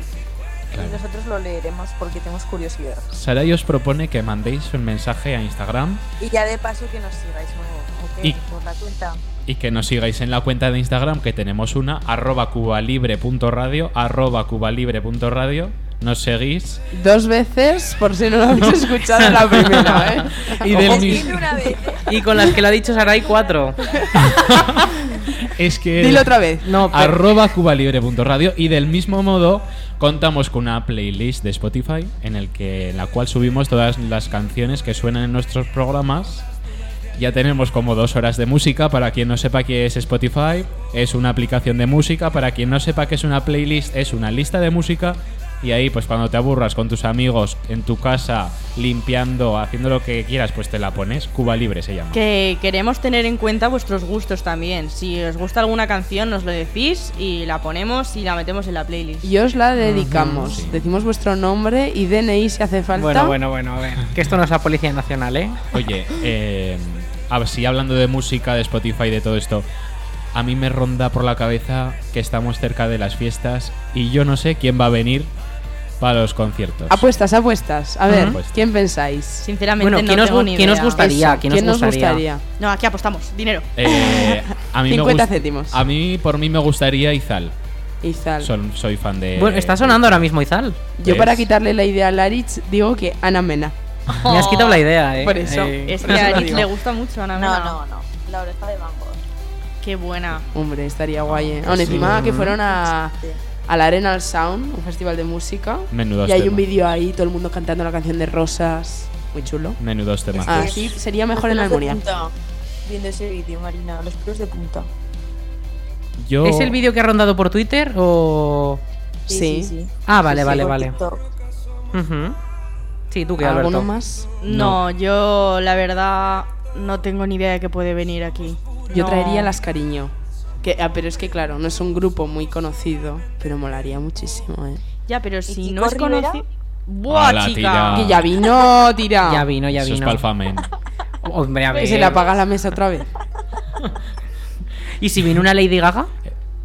Claro. y nosotros lo leeremos porque tenemos curiosidad. Saray os propone que mandéis un mensaje a Instagram Y ya de paso que nos sigáis ¿no? ¿O qué? Y- por la cuenta. y que nos sigáis en la cuenta de Instagram que tenemos una, arroba cubalibre.radio, arroba cubalibre.radio. Nos seguís. Dos veces, por si no lo habéis escuchado la primera, ¿eh? Y, del- Escribe una vez, ¿eh? y con las que lo ha dicho Saray, cuatro. Es que... Dilo otra vez. No, pero- arroba cubalibre.radio y del mismo modo contamos con una playlist de Spotify en, el que, en la cual subimos todas las canciones que suenan en nuestros programas. Ya tenemos como dos horas de música para quien no sepa qué es Spotify. Es una aplicación de música. Para quien no sepa qué es una playlist, es una lista de música. Y ahí, pues cuando te aburras con tus amigos en tu casa, limpiando, haciendo lo que quieras, pues te la pones. Cuba Libre se llama. Que queremos tener en cuenta vuestros gustos también. Si os gusta alguna canción, nos lo decís y la ponemos y la metemos en la playlist. Y os la dedicamos. Decimos vuestro nombre y DNI si hace falta. Bueno, bueno, bueno, a ver. Que esto no es la Policía Nacional, ¿eh? Oye, eh, así hablando de música, de Spotify, de todo esto, a mí me ronda por la cabeza que estamos cerca de las fiestas y yo no sé quién va a venir para los conciertos. Pues, Apuestas, apuestas. A ver, Ujú. ¿quién pensáis? Sinceramente, Bueno, no ¿quién os tengo gu- ni quién os idea. gusta? gustaría? ¿Quién os nos gustaría? gustaría? No, aquí apostamos. Dinero. Eh, a mí 50 me gust- céntimos. A mí, por mí, me gustaría Izal. Izal. Son- soy fan de. Bueno, está sonando ahora mismo Izal. Yo para ¿Ves? quitarle la idea a Laritz digo que Ana Mena. pues- Me has quitado la idea, eh. Por eso. Eh, Es Por que eso a lo Aritz digo. le gusta mucho Ana No, Mena. no, no. La oreja de Van Gogh. Qué buena. Hombre, estaría guay, ¿eh? Aún encima que fueron a, a la Arenal Sound, un festival de música. Menudos y hay temas. un vídeo ahí, todo el mundo cantando la canción de Rosas. Muy chulo. Menudos temas. Así sería mejor en Los pelos de Almunia. punta. Viendo ese vídeo, Marina, los pelos de punta. Yo... ¿Es el vídeo que ha rondado por Twitter o...? Sí. Ah, vale, Sí, sí, vale, por vale. TikTok. Ujú. Sí, tú que ¿Alguno Alberto. más? No, yo la verdad no tengo ni idea de que puede venir aquí. Yo No. traería las cariño. Que, ah, pero es que claro, no es un grupo muy conocido, pero molaría muchísimo, ¿eh? Ya, pero si ¿Y no Kiko es conocido. Rivera? ¡Buah, Hola, chica! tira. Que ya vino, tira. Ya vino, ya Eso es vino. palfamen. Oh, Hombre, a ver. Y se le apaga la mesa otra vez. ¿Y si vino una Lady Gaga?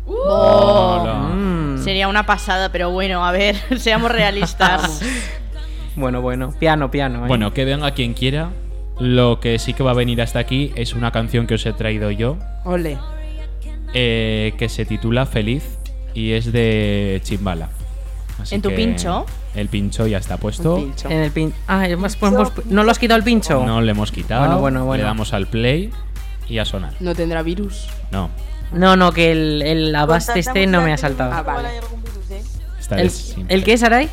Hola. Mm. Oh. Sería una pasada, pero bueno, a ver, seamos realistas. Bueno, bueno. Piano, piano. ¿eh? Bueno, que venga quien quiera. Lo que sí que va a venir hasta aquí es una canción que os he traído yo, Ole. eh, que se titula Feliz y es de Chimbala. Así ¿En tu que pincho? El pincho ya está puesto. Un pincho. En el pin... Ah, hemos- hemos- ¿no lo has quitado el pincho? No le hemos quitado. Bueno, bueno, bueno. Le damos al play y a sonar. No tendrá virus. Pues No, No, no, que el, el abaste Con tanta este no me música ha que saltado. le meten, Ah, igual vale. hay algún virus, ¿eh? Ah, esta ¿El, es simple. ¿El qué, Sarai?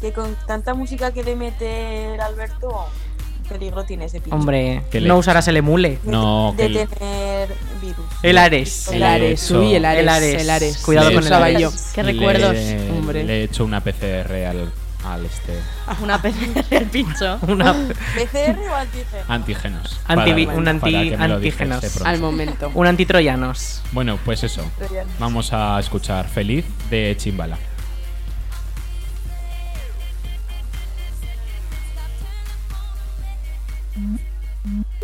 Que con tanta música que le mete el Alberto, peligro tiene ese pinche. Hombre, Que le- no usarás el emule. De- No, de que le- tener virus. El Ares. El Le Ares, he hecho- uy, el Ares, El Ares. el Ares. Cuidado Le- con el Usaba Ares. yo. Qué recuerdos. Le, Hombre. le he hecho una PCR al, al este. Una pez del pincho. Una- PCR o antígeno. Antígenos. Antivi- un anti- para que me lo dijese antígenos. pronto. Al momento. un antitroyanos. Bueno, pues eso. Vamos a escuchar Feliz de Chimbala.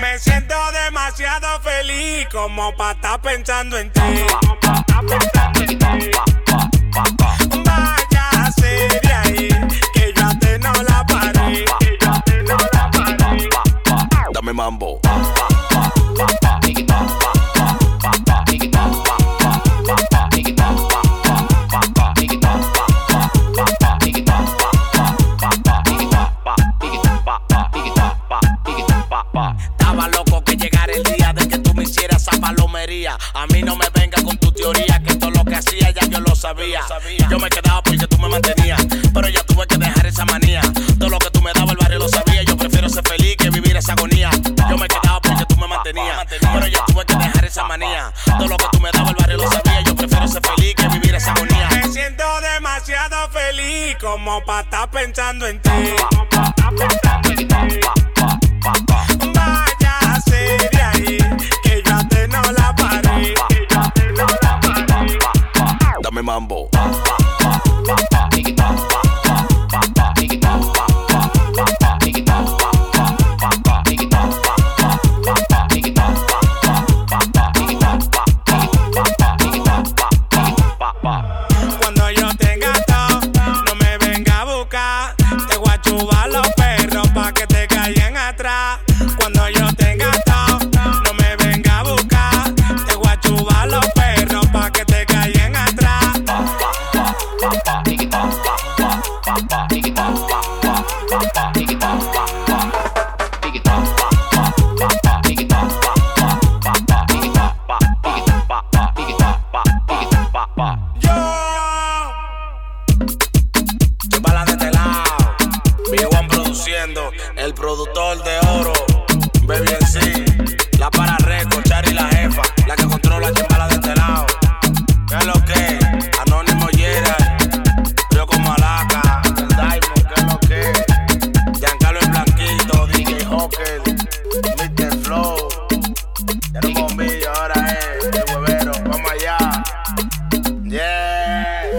Me siento demasiado feliz como para estar pensando en ti. Vaya serie ahí, que yo a ti no la paré. Que yo a ti no la paré. Dame mambo. Estaba loco que llegara el día de que tú me hicieras esa palomería. A mí no me venga con tu teoría, que todo lo que hacía ya yo lo sabía. Y yo me quedaba porque tú me mantenías, pero ya tuve que dejar esa manía. Todo lo que tú me dabas el barrio lo sabía, yo prefiero ser feliz que vivir esa agonía. Yo me quedaba porque tú me mantenías, pero ya tuve que dejar esa manía. Todo lo que tú me dabas el barrio lo sabía, yo prefiero ser feliz que vivir esa agonía. Me siento demasiado feliz como para estar pensando en ti. Vaya serie ahí, que yo a ti no la paré, que yo a ti no la paré. Dame mambo. Cuando yo tenga todo, no me venga a buscar. Te voy a chubar los perros pa' que te callen este este tu bombillo, ahora es el huevero, vamos allá. Yeah.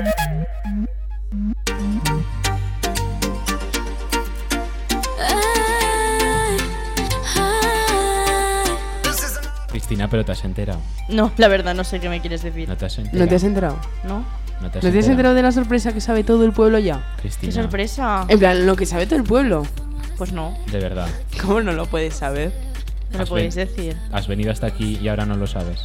Ay, ay. Cristina, pero te has enterado. No, la verdad, no sé qué me quieres decir. No te has enterado. ¿No te has enterado? ¿No? No te ¿No has te has enterado de la sorpresa que sabe todo el pueblo ya? Cristina, Qué sorpresa. En plan, lo que sabe todo el pueblo. Pues no, De verdad. ¿Cómo no lo puedes saber? no lo Has podéis ven- decir. Has venido hasta aquí y ahora no lo sabes.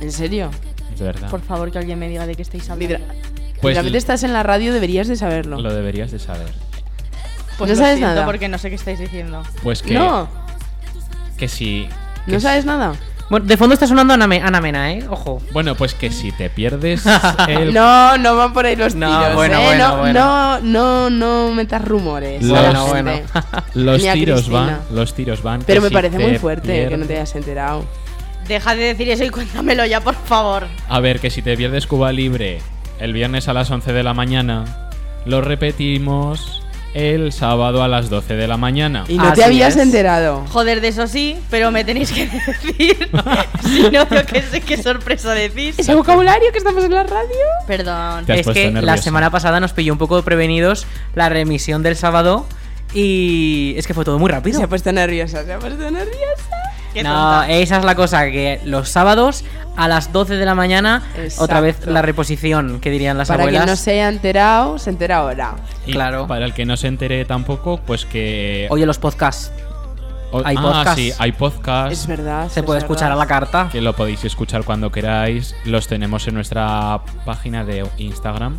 ¿En serio? De verdad. Por favor, que alguien me diga de qué estáis hablando. Literalmente Pues estás en la radio, deberías de saberlo. lo deberías de saber. Pues No lo sabes siento nada. porque no sé qué estáis diciendo. Pues que, No, que si... que no sabes nada. Bueno, de fondo está sonando Ana, Me- Ana Mena, ¿eh? Ojo. si- Bueno, pues que si te pierdes el... No, no van por ahí los No, tiros. bueno, ¿eh? bueno, no, bueno. no, no, no metas rumores. Los- a la Bueno, gente. bueno. Los Ni a tiros van, Cristina. los tiros van. que Pero me si parece te muy fuerte Eh, que no te pierdes- hayas enterado. Deja de decir eso y cuéntamelo ya, por favor. A ver, que si te pierdes Cuba Libre el viernes a las 11 de la mañana, lo repetimos el sábado a las 12 de la mañana. Y no Así te habías es. enterado. Joder, de eso sí, pero me tenéis que decir. si no, yo qué sé qué sorpresa decís. ¿Ese vocabulario que estamos en la radio? Perdón. Te has es puesto que la nerviosa. semana pasada nos pilló un poco prevenidos la remisión del sábado y es que fue todo muy rápido. Se ha puesto nerviosa, se ha puesto nerviosa. Qué No, tonta. eh, esa es la cosa, que los sábados a las 12 de la mañana, otra vez Exacto. la reposición, que dirían las Para abuelas. quien no se haya enterado, se entera ahora. Y claro. Para el que no se entere tampoco, pues que. Oye, los podcasts, o- hay ah, podcast. sí, hay podcast. Es verdad. se es puede escuchar a verdad. la carta. que lo podéis escuchar cuando queráis. Los tenemos en nuestra página de Instagram.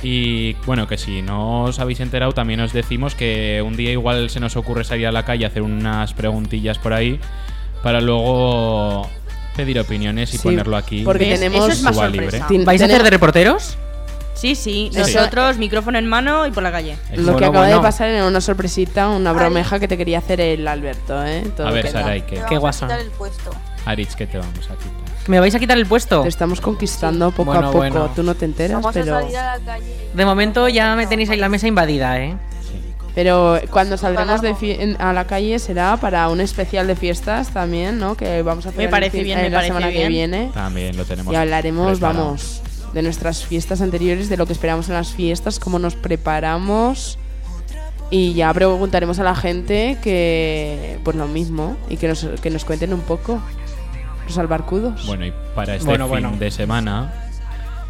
Y bueno, que si no os habéis enterado, también os decimos que un día igual se nos ocurre salir a la calle a hacer unas preguntillas por ahí para luego pedir opiniones y Sí, ponerlo aquí. porque en tenemos- Eso es más Cuba sorpresa. Tiene- ¿Vais a hacer tenemos- de reporteros? Sí, sí. Sí. Nosotros, micrófono en mano y por la calle. Lo que Bueno, acaba bueno. de pasar era una sorpresita, una bromeja que te quería hacer el Alberto, ¿eh? Todo A ver, queda. Saray, que, Le Qué vamos guasa. a quitar el puesto. Aritz, que te vamos a quitar. ¿Me vais a quitar el puesto? Te estamos conquistando poco Bueno, a poco. bueno. Tú no te enteras, Vamos pero. a salir a la calle. De momento ya me tenéis ahí la mesa invadida, ¿eh? Pero cuando salgamos de Palermo. fi- en- a la calle será para un especial de fiestas también, ¿no? Que vamos a hacer Me el parece fin- bien, eh, me la parece semana que bien. viene. También lo tenemos. Y hablaremos, preparado. vamos, de nuestras fiestas anteriores, de lo que esperamos en las fiestas, cómo nos preparamos. Y ya preguntaremos a la gente que, pues lo mismo, y que nos, que nos cuenten un poco los albarcudos. Bueno, y para este Bueno, fin bueno. de semana.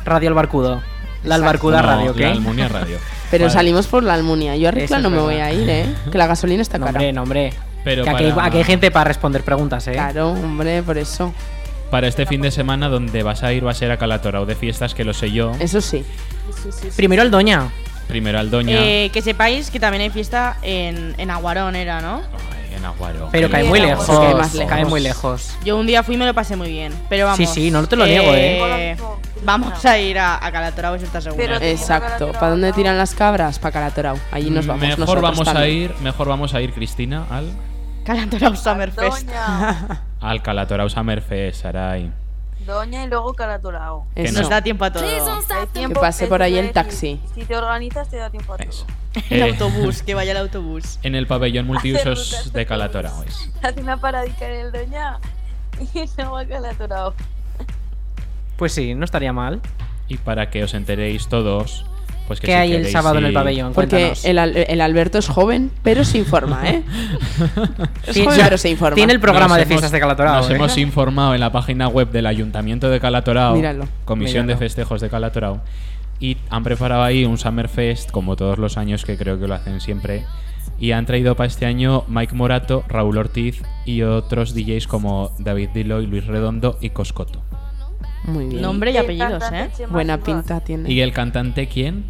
Radio Albarcudo. La Albarcuda No, Radio, La ¿qué? Almunia Radio. Pero Vale. salimos por la Almunia. Yo a Eso Ricla es no me verdad. voy a ir, ¿eh? Que la gasolina está No, cara. hombre, no, hombre. Pero que aquí, para- aquí hay gente para responder preguntas, ¿eh? Claro, hombre, por eso. Para este fin de semana, donde vas a ir va a ser a Calatorao de fiestas, que lo sé yo. Eso sí. Primero el Doña. Primero al Doña. Eh, que sepáis que también hay fiesta en, en Aguarón, era, ¿no? Ay, en Aguaro. Pero Que- cae muy no, lejos. porque hay más lejos. Cae muy lejos. Yo un día fui y me lo pasé muy bien. Pero vamos. Sí, sí, no te lo niego, ¿eh? Vamos a ir a, a Calatorao, eso está seguro. Pero- Exacto. ¿Para dónde tiran las cabras? Para Calatorao. Allí nos vamos. Mejor nosotros vamos a también. ir, mejor vamos a ir, Cristina, al, Calatorao Summerfest. Doña. al Calatorao Summerfest, Saray. Doña y luego Calatorao. Que Eso. Nos da tiempo a todo. Hay tiempo- Que pase por ahí el taxi. Si te organizas, te da tiempo a todo. Eso. El Eh, autobús, que vaya el autobús. en el pabellón multiusos de Calatorao. es. Hace una paradica en el Doña y no va a Calatorao. Pues sí, no estaría mal. Y para que os enteréis todos, pues que ¿Qué si hay el queréis sábado en el ir- pabellón? Porque Cuéntanos. el, Al- el Alberto es joven, pero se informa, ¿eh? es Sí, joven, ya. pero se informa. Tiene el programa Nos de hemos- fiestas de Calatorao. Nos ¿eh? hemos informado en la página web del Ayuntamiento de Calatorao, Míralo. Comisión Míralo. de Festejos de Calatorao, y han preparado ahí un Summerfest, como todos los años que creo que lo hacen siempre, y han traído para este año Mike Morato, Raúl Ortiz y otros DJs como David Diloy, Luis Redondo y Coscoto. Muy bien. Nombre y Qué apellidos, ¿eh? cantante, Chema Buena Rivas. pinta tiene. ¿Y el cantante quién?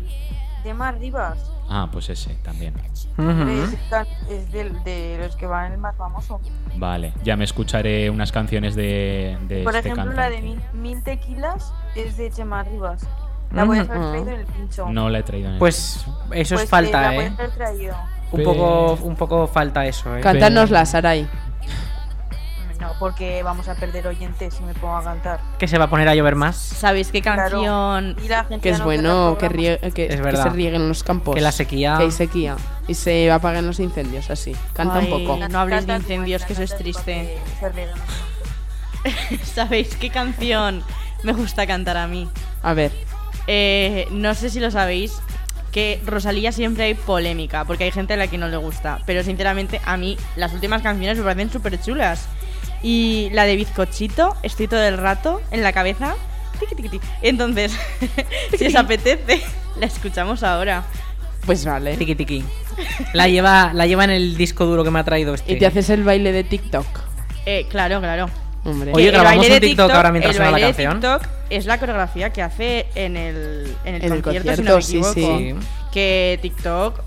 Chema Rivas. Ah, pues ese también. Ujú. Es, can- es del- de los que van el más famoso. Vale, ya me escucharé unas canciones de, de Por este ejemplo, la de cantante. mil, Mil tequilas es de Chema Rivas. La voy a haber Ujú. traído en el pincho. No la he traído en el- Pues eso Pues, es la falta, voy a ¿eh? haber traído. Un poco, Pues- un poco falta eso, ¿eh? Cantárnosla, Saray. No, porque vamos a perder oyentes si me pongo a cantar. Que se va a poner a llover más. ¿Sabéis qué Claro. canción? Y la gente Que ya es no bueno queda que, programa. rie- que, Es que verdad. se rieguen los campos. Que la sequía. Que hay sequía. Y se apaguen los incendios, así. Canta Ay, un poco. No hables de Canta tu incendios, que eso es cuenta, triste. canta tu cuenta, que se riegan. ¿sabéis qué canción me gusta cantar a mí? A ver, Eh, no sé si lo sabéis, que Rosalía siempre hay polémica, porque hay gente a la que no le gusta. Pero sinceramente, a mí las últimas canciones me parecen súper chulas. Y la de Bizcochito, estoy todo el rato en la cabeza. Tiqui, tiqui, tiqui. Entonces, si os apetece, la escuchamos ahora. pues vale. Tiki tiki. La lleva, la lleva en el disco duro que me ha traído este. Y te haces el baile de TikTok. Eh, claro, claro. Hombre. Oye, Que el grabamos baile de un TikTok ahora mientras el suena la baile de canción. TikTok es la coreografía que hace en el, en el, En el concierto, concierto, si no me sí, equivoco. sí. Que TikTok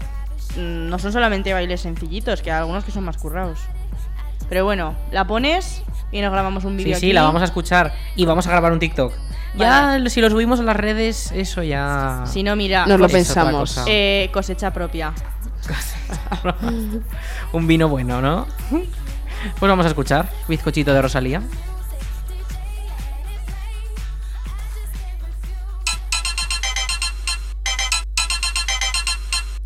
mm, no son solamente bailes sencillitos, que hay algunos que son más currados. Pero bueno, la pones y nos grabamos un Sí, vídeo. sí, la vamos a escuchar y vamos a grabar un TikTok. Ya, si lo subimos a las redes, eso ya. Si no, mira, Nos lo Pues Es otra pensamos. cosa. eh, cosecha propia. un vino bueno, ¿no? Pues vamos a escuchar Bizcochito de Rosalía.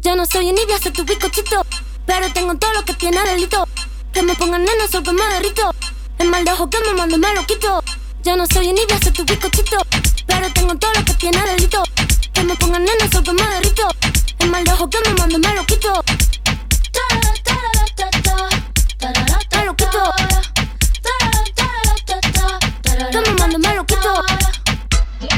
Yo no soy envidia, soy tu bizcochito. Pero tengo todo lo que tiene delito. Que me pongan nena, sol que me derrito. El mal de ojo que me mando me lo quito. Yo no soy envidia, soy tu bizcochito. Pero tengo todo lo que tiene delito. Que me pongan nena, sol que me derrito. El mal de ojo que me mando me lo quito. Me lo quito. Que me mando me lo quito.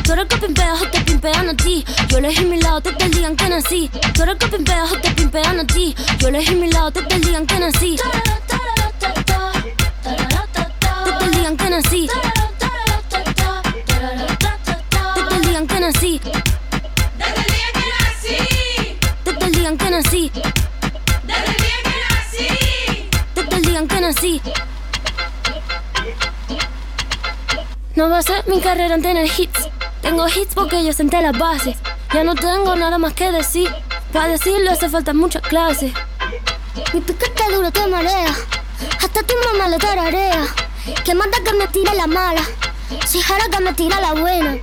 Tú eres que pimpeas o te pimpean a ti. Yo elegí mi lado, te te digan que nací. Tú eres que pimpeas o te pimpean a ti. Yo elegí mi lado, te te digan que nací. Te te digan que nací. Te te digan que nací. Te te digan que nací. Te te digan que nací. No va a ser mi carrera en tener hits. Tengo hits porque yo senté las bases. Ya no tengo nada más que decir. Para decirlo hace falta mucha clase. Mi piquete duro te marea. Hasta tu mamá lo tararea. Que manda que me tire la mala. Si jara que me tira la buena.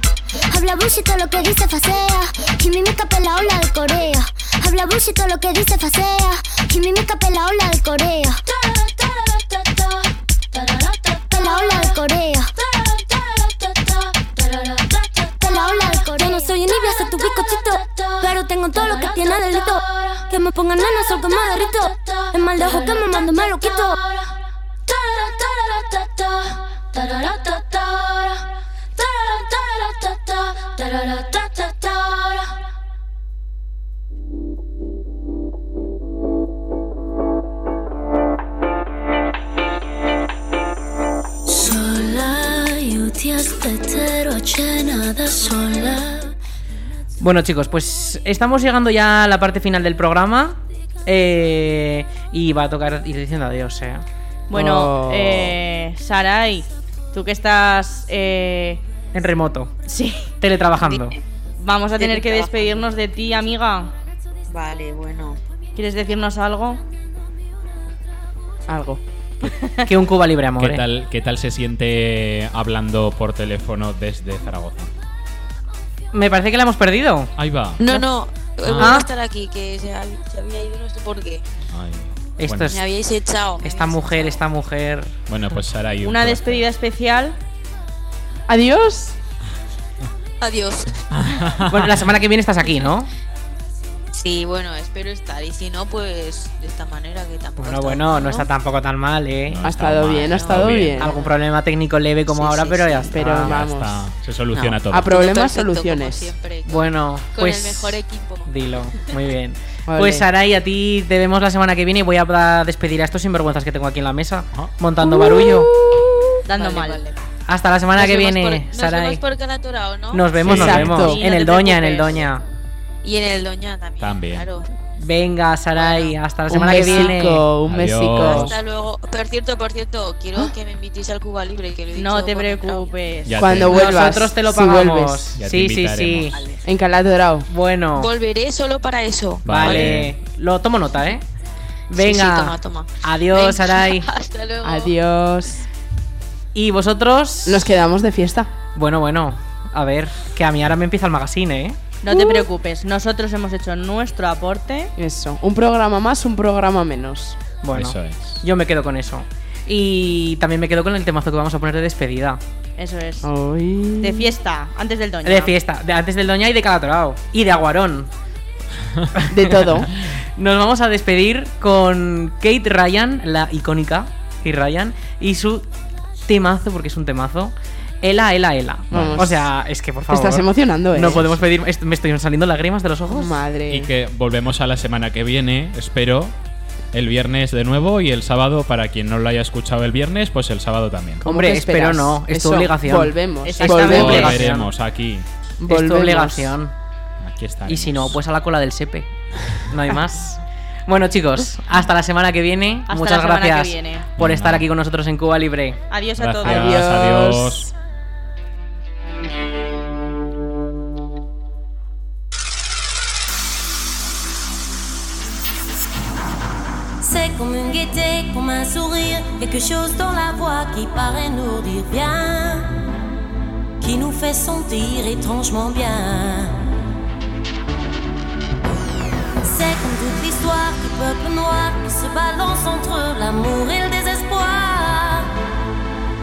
Habla bullshit todo lo que dice facea. Química la ola de Corea. Habla bullshit todo lo que dice facea. Química la ola de Corea. la ola de Corea. la ola de Corea. Yo no soy envidia, soy tu bizcochito. Pero tengo todo lo que tiene delito. Que me pongan nana, sol que me derrito. El mal de ojo que me mando me lo quito. Sola, io ti aspetterò a cena da sola. Bueno, chicos, pues estamos llegando ya a la parte final del programa. eh, y va a tocar ir diciendo adiós, eh. Bueno, Oh. eh, Sarai, tú que estás. eh, En remoto, sí, teletrabajando. vamos a tener que Teletrabajo. despedirnos de ti, amiga. Vale, bueno. ¿Quieres decirnos algo? Algo. Que un Cuba libre, ¿Qué amor. eh. tal, ¿Qué tal se siente hablando por teléfono desde Zaragoza? Me parece que la hemos perdido. Ahí va. No, no. eh, Voy Ah. a estar aquí, que se ha- se había ido, no sé por qué. Ay. Esto bueno, es- Me habíais echado. me Esta habíais mujer, echado. esta mujer. bueno, pues Sarai. un Una placer. despedida especial. Adiós. Adiós. Ah. Bueno, la semana que viene estás aquí, ¿no? Sí, bueno, espero estar. Y si no, pues de esta manera que tampoco. Bueno, está bueno, mal, no está tampoco tan mal, ¿eh? No Ha está estado mal, bien, ha está estado bien. Algún problema técnico leve como Sí, ahora, sí, pero sí. ya está. Pero Ya vamos. está, Se soluciona No, todo. a problemas, Todo perfecto, soluciones. como siempre, con- Bueno, con pues. el mejor equipo. Dilo, muy bien. Ole. Pues Saray, a ti te vemos la semana que viene y voy a da- despedir a estos sinvergüenzas que tengo aquí en la mesa, Ajá. montando barullo. Uh. Dando Vale, mal. vale. Hasta la semana Nos que vemos viene, por- nos Saray. vemos por Calatorao, ¿no? Nos vemos, nos Exacto. vemos. Sí, en no el te Doña, en el preocupes. Doña. Y en el Doña también. También. Claro. Venga, Saray, hasta la Un semana que viene. besico, un Adiós. besico. Hasta luego. Por cierto, por cierto, Ah. quiero que me invitéis al Cuba Libre. Que lo he No dicho te por entrado. preocupes. Ya Cuando te- vuelvas. Nosotros te lo si pagamos. vuelves. Ya te sí, sí, sí. invitaremos. En Calatorao. Bueno, Volveré solo para eso. vale. Lo tomo nota, ¿eh? Venga. Sí, sí, toma, toma. Adiós, Venga, Saray. Hasta luego. Adiós. Y vosotros. Nos quedamos de fiesta. Bueno, bueno. A ver, que a mí ahora me empieza el magazine, ¿eh? No te preocupes, nosotros hemos hecho nuestro aporte. Eso. Un programa más, un programa menos. Bueno, Eso es. yo me quedo con eso. Y también me quedo con el temazo que vamos a poner de despedida. Eso es. Ay. De fiesta, antes del doña. De fiesta, de antes del Doña y de Calatorao. Y de Aguarón. De todo. Nos vamos a despedir con Kate Ryan, la icónica Kate Ryan, y su temazo, porque es un temazo. Ela, ela, ela. Vamos. O sea, es que por Te favor. estás emocionando, ¿eh? No podemos pedir. est- Me estoy saliendo lágrimas de los ojos. Madre. Y que volvemos a la semana que viene, espero. El viernes de nuevo y el sábado, para quien no lo haya escuchado el viernes, pues el sábado también. ¿Cómo Hombre, que esperas? espero no, es tu Eso, obligación. Volvemos. Es- es tu volvemos. obligación. Volveremos aquí. Es tu volvemos. obligación. Aquí está. Y si no, pues a la cola del SEPE. No hay más. Bueno, chicos, hasta la semana que viene. Hasta Muchas la semana que gracias viene. por Venga. estar aquí con nosotros en Cuba Libre. Adiós a Gracias, todos. Adiós. adiós. C'est comme une gaieté, comme un sourire, quelque chose dans la voix qui paraît nous dire bien, qui nous fait sentir étrangement bien. C'est comme toute l'histoire du peuple noir qui se balance entre l'amour et le désespoir.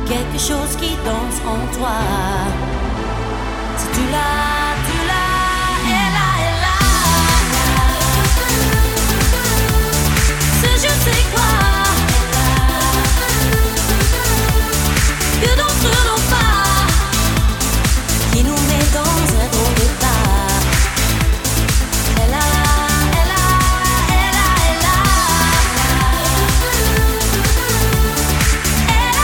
Quelque chose qui danse en toi. Si tu l'as, tu l'as, et là, et là. Ce je sais quoi Que dans ce nos pas Qui nous met dans un drôle d'état Elle a, elle a, elle a, elle a Elle a,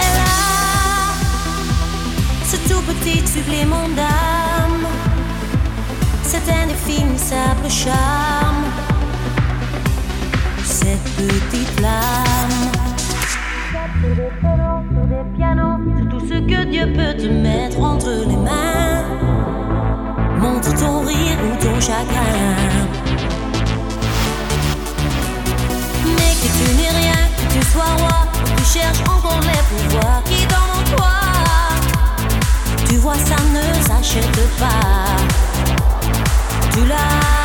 elle a Elle a Ce tout petit supplément d'âme c'est un indéfinissable charme, cette petite flamme. Sur des violons, sur des pianos, sur tout ce que Dieu peut te mettre entre les mains. Montre ton rire ou ton chagrin. Mais que tu n'es rien, que tu sois roi, que tu cherches encore les pouvoirs qui dans toi. Tu vois, ça ne s'achète pas. Tu l'as,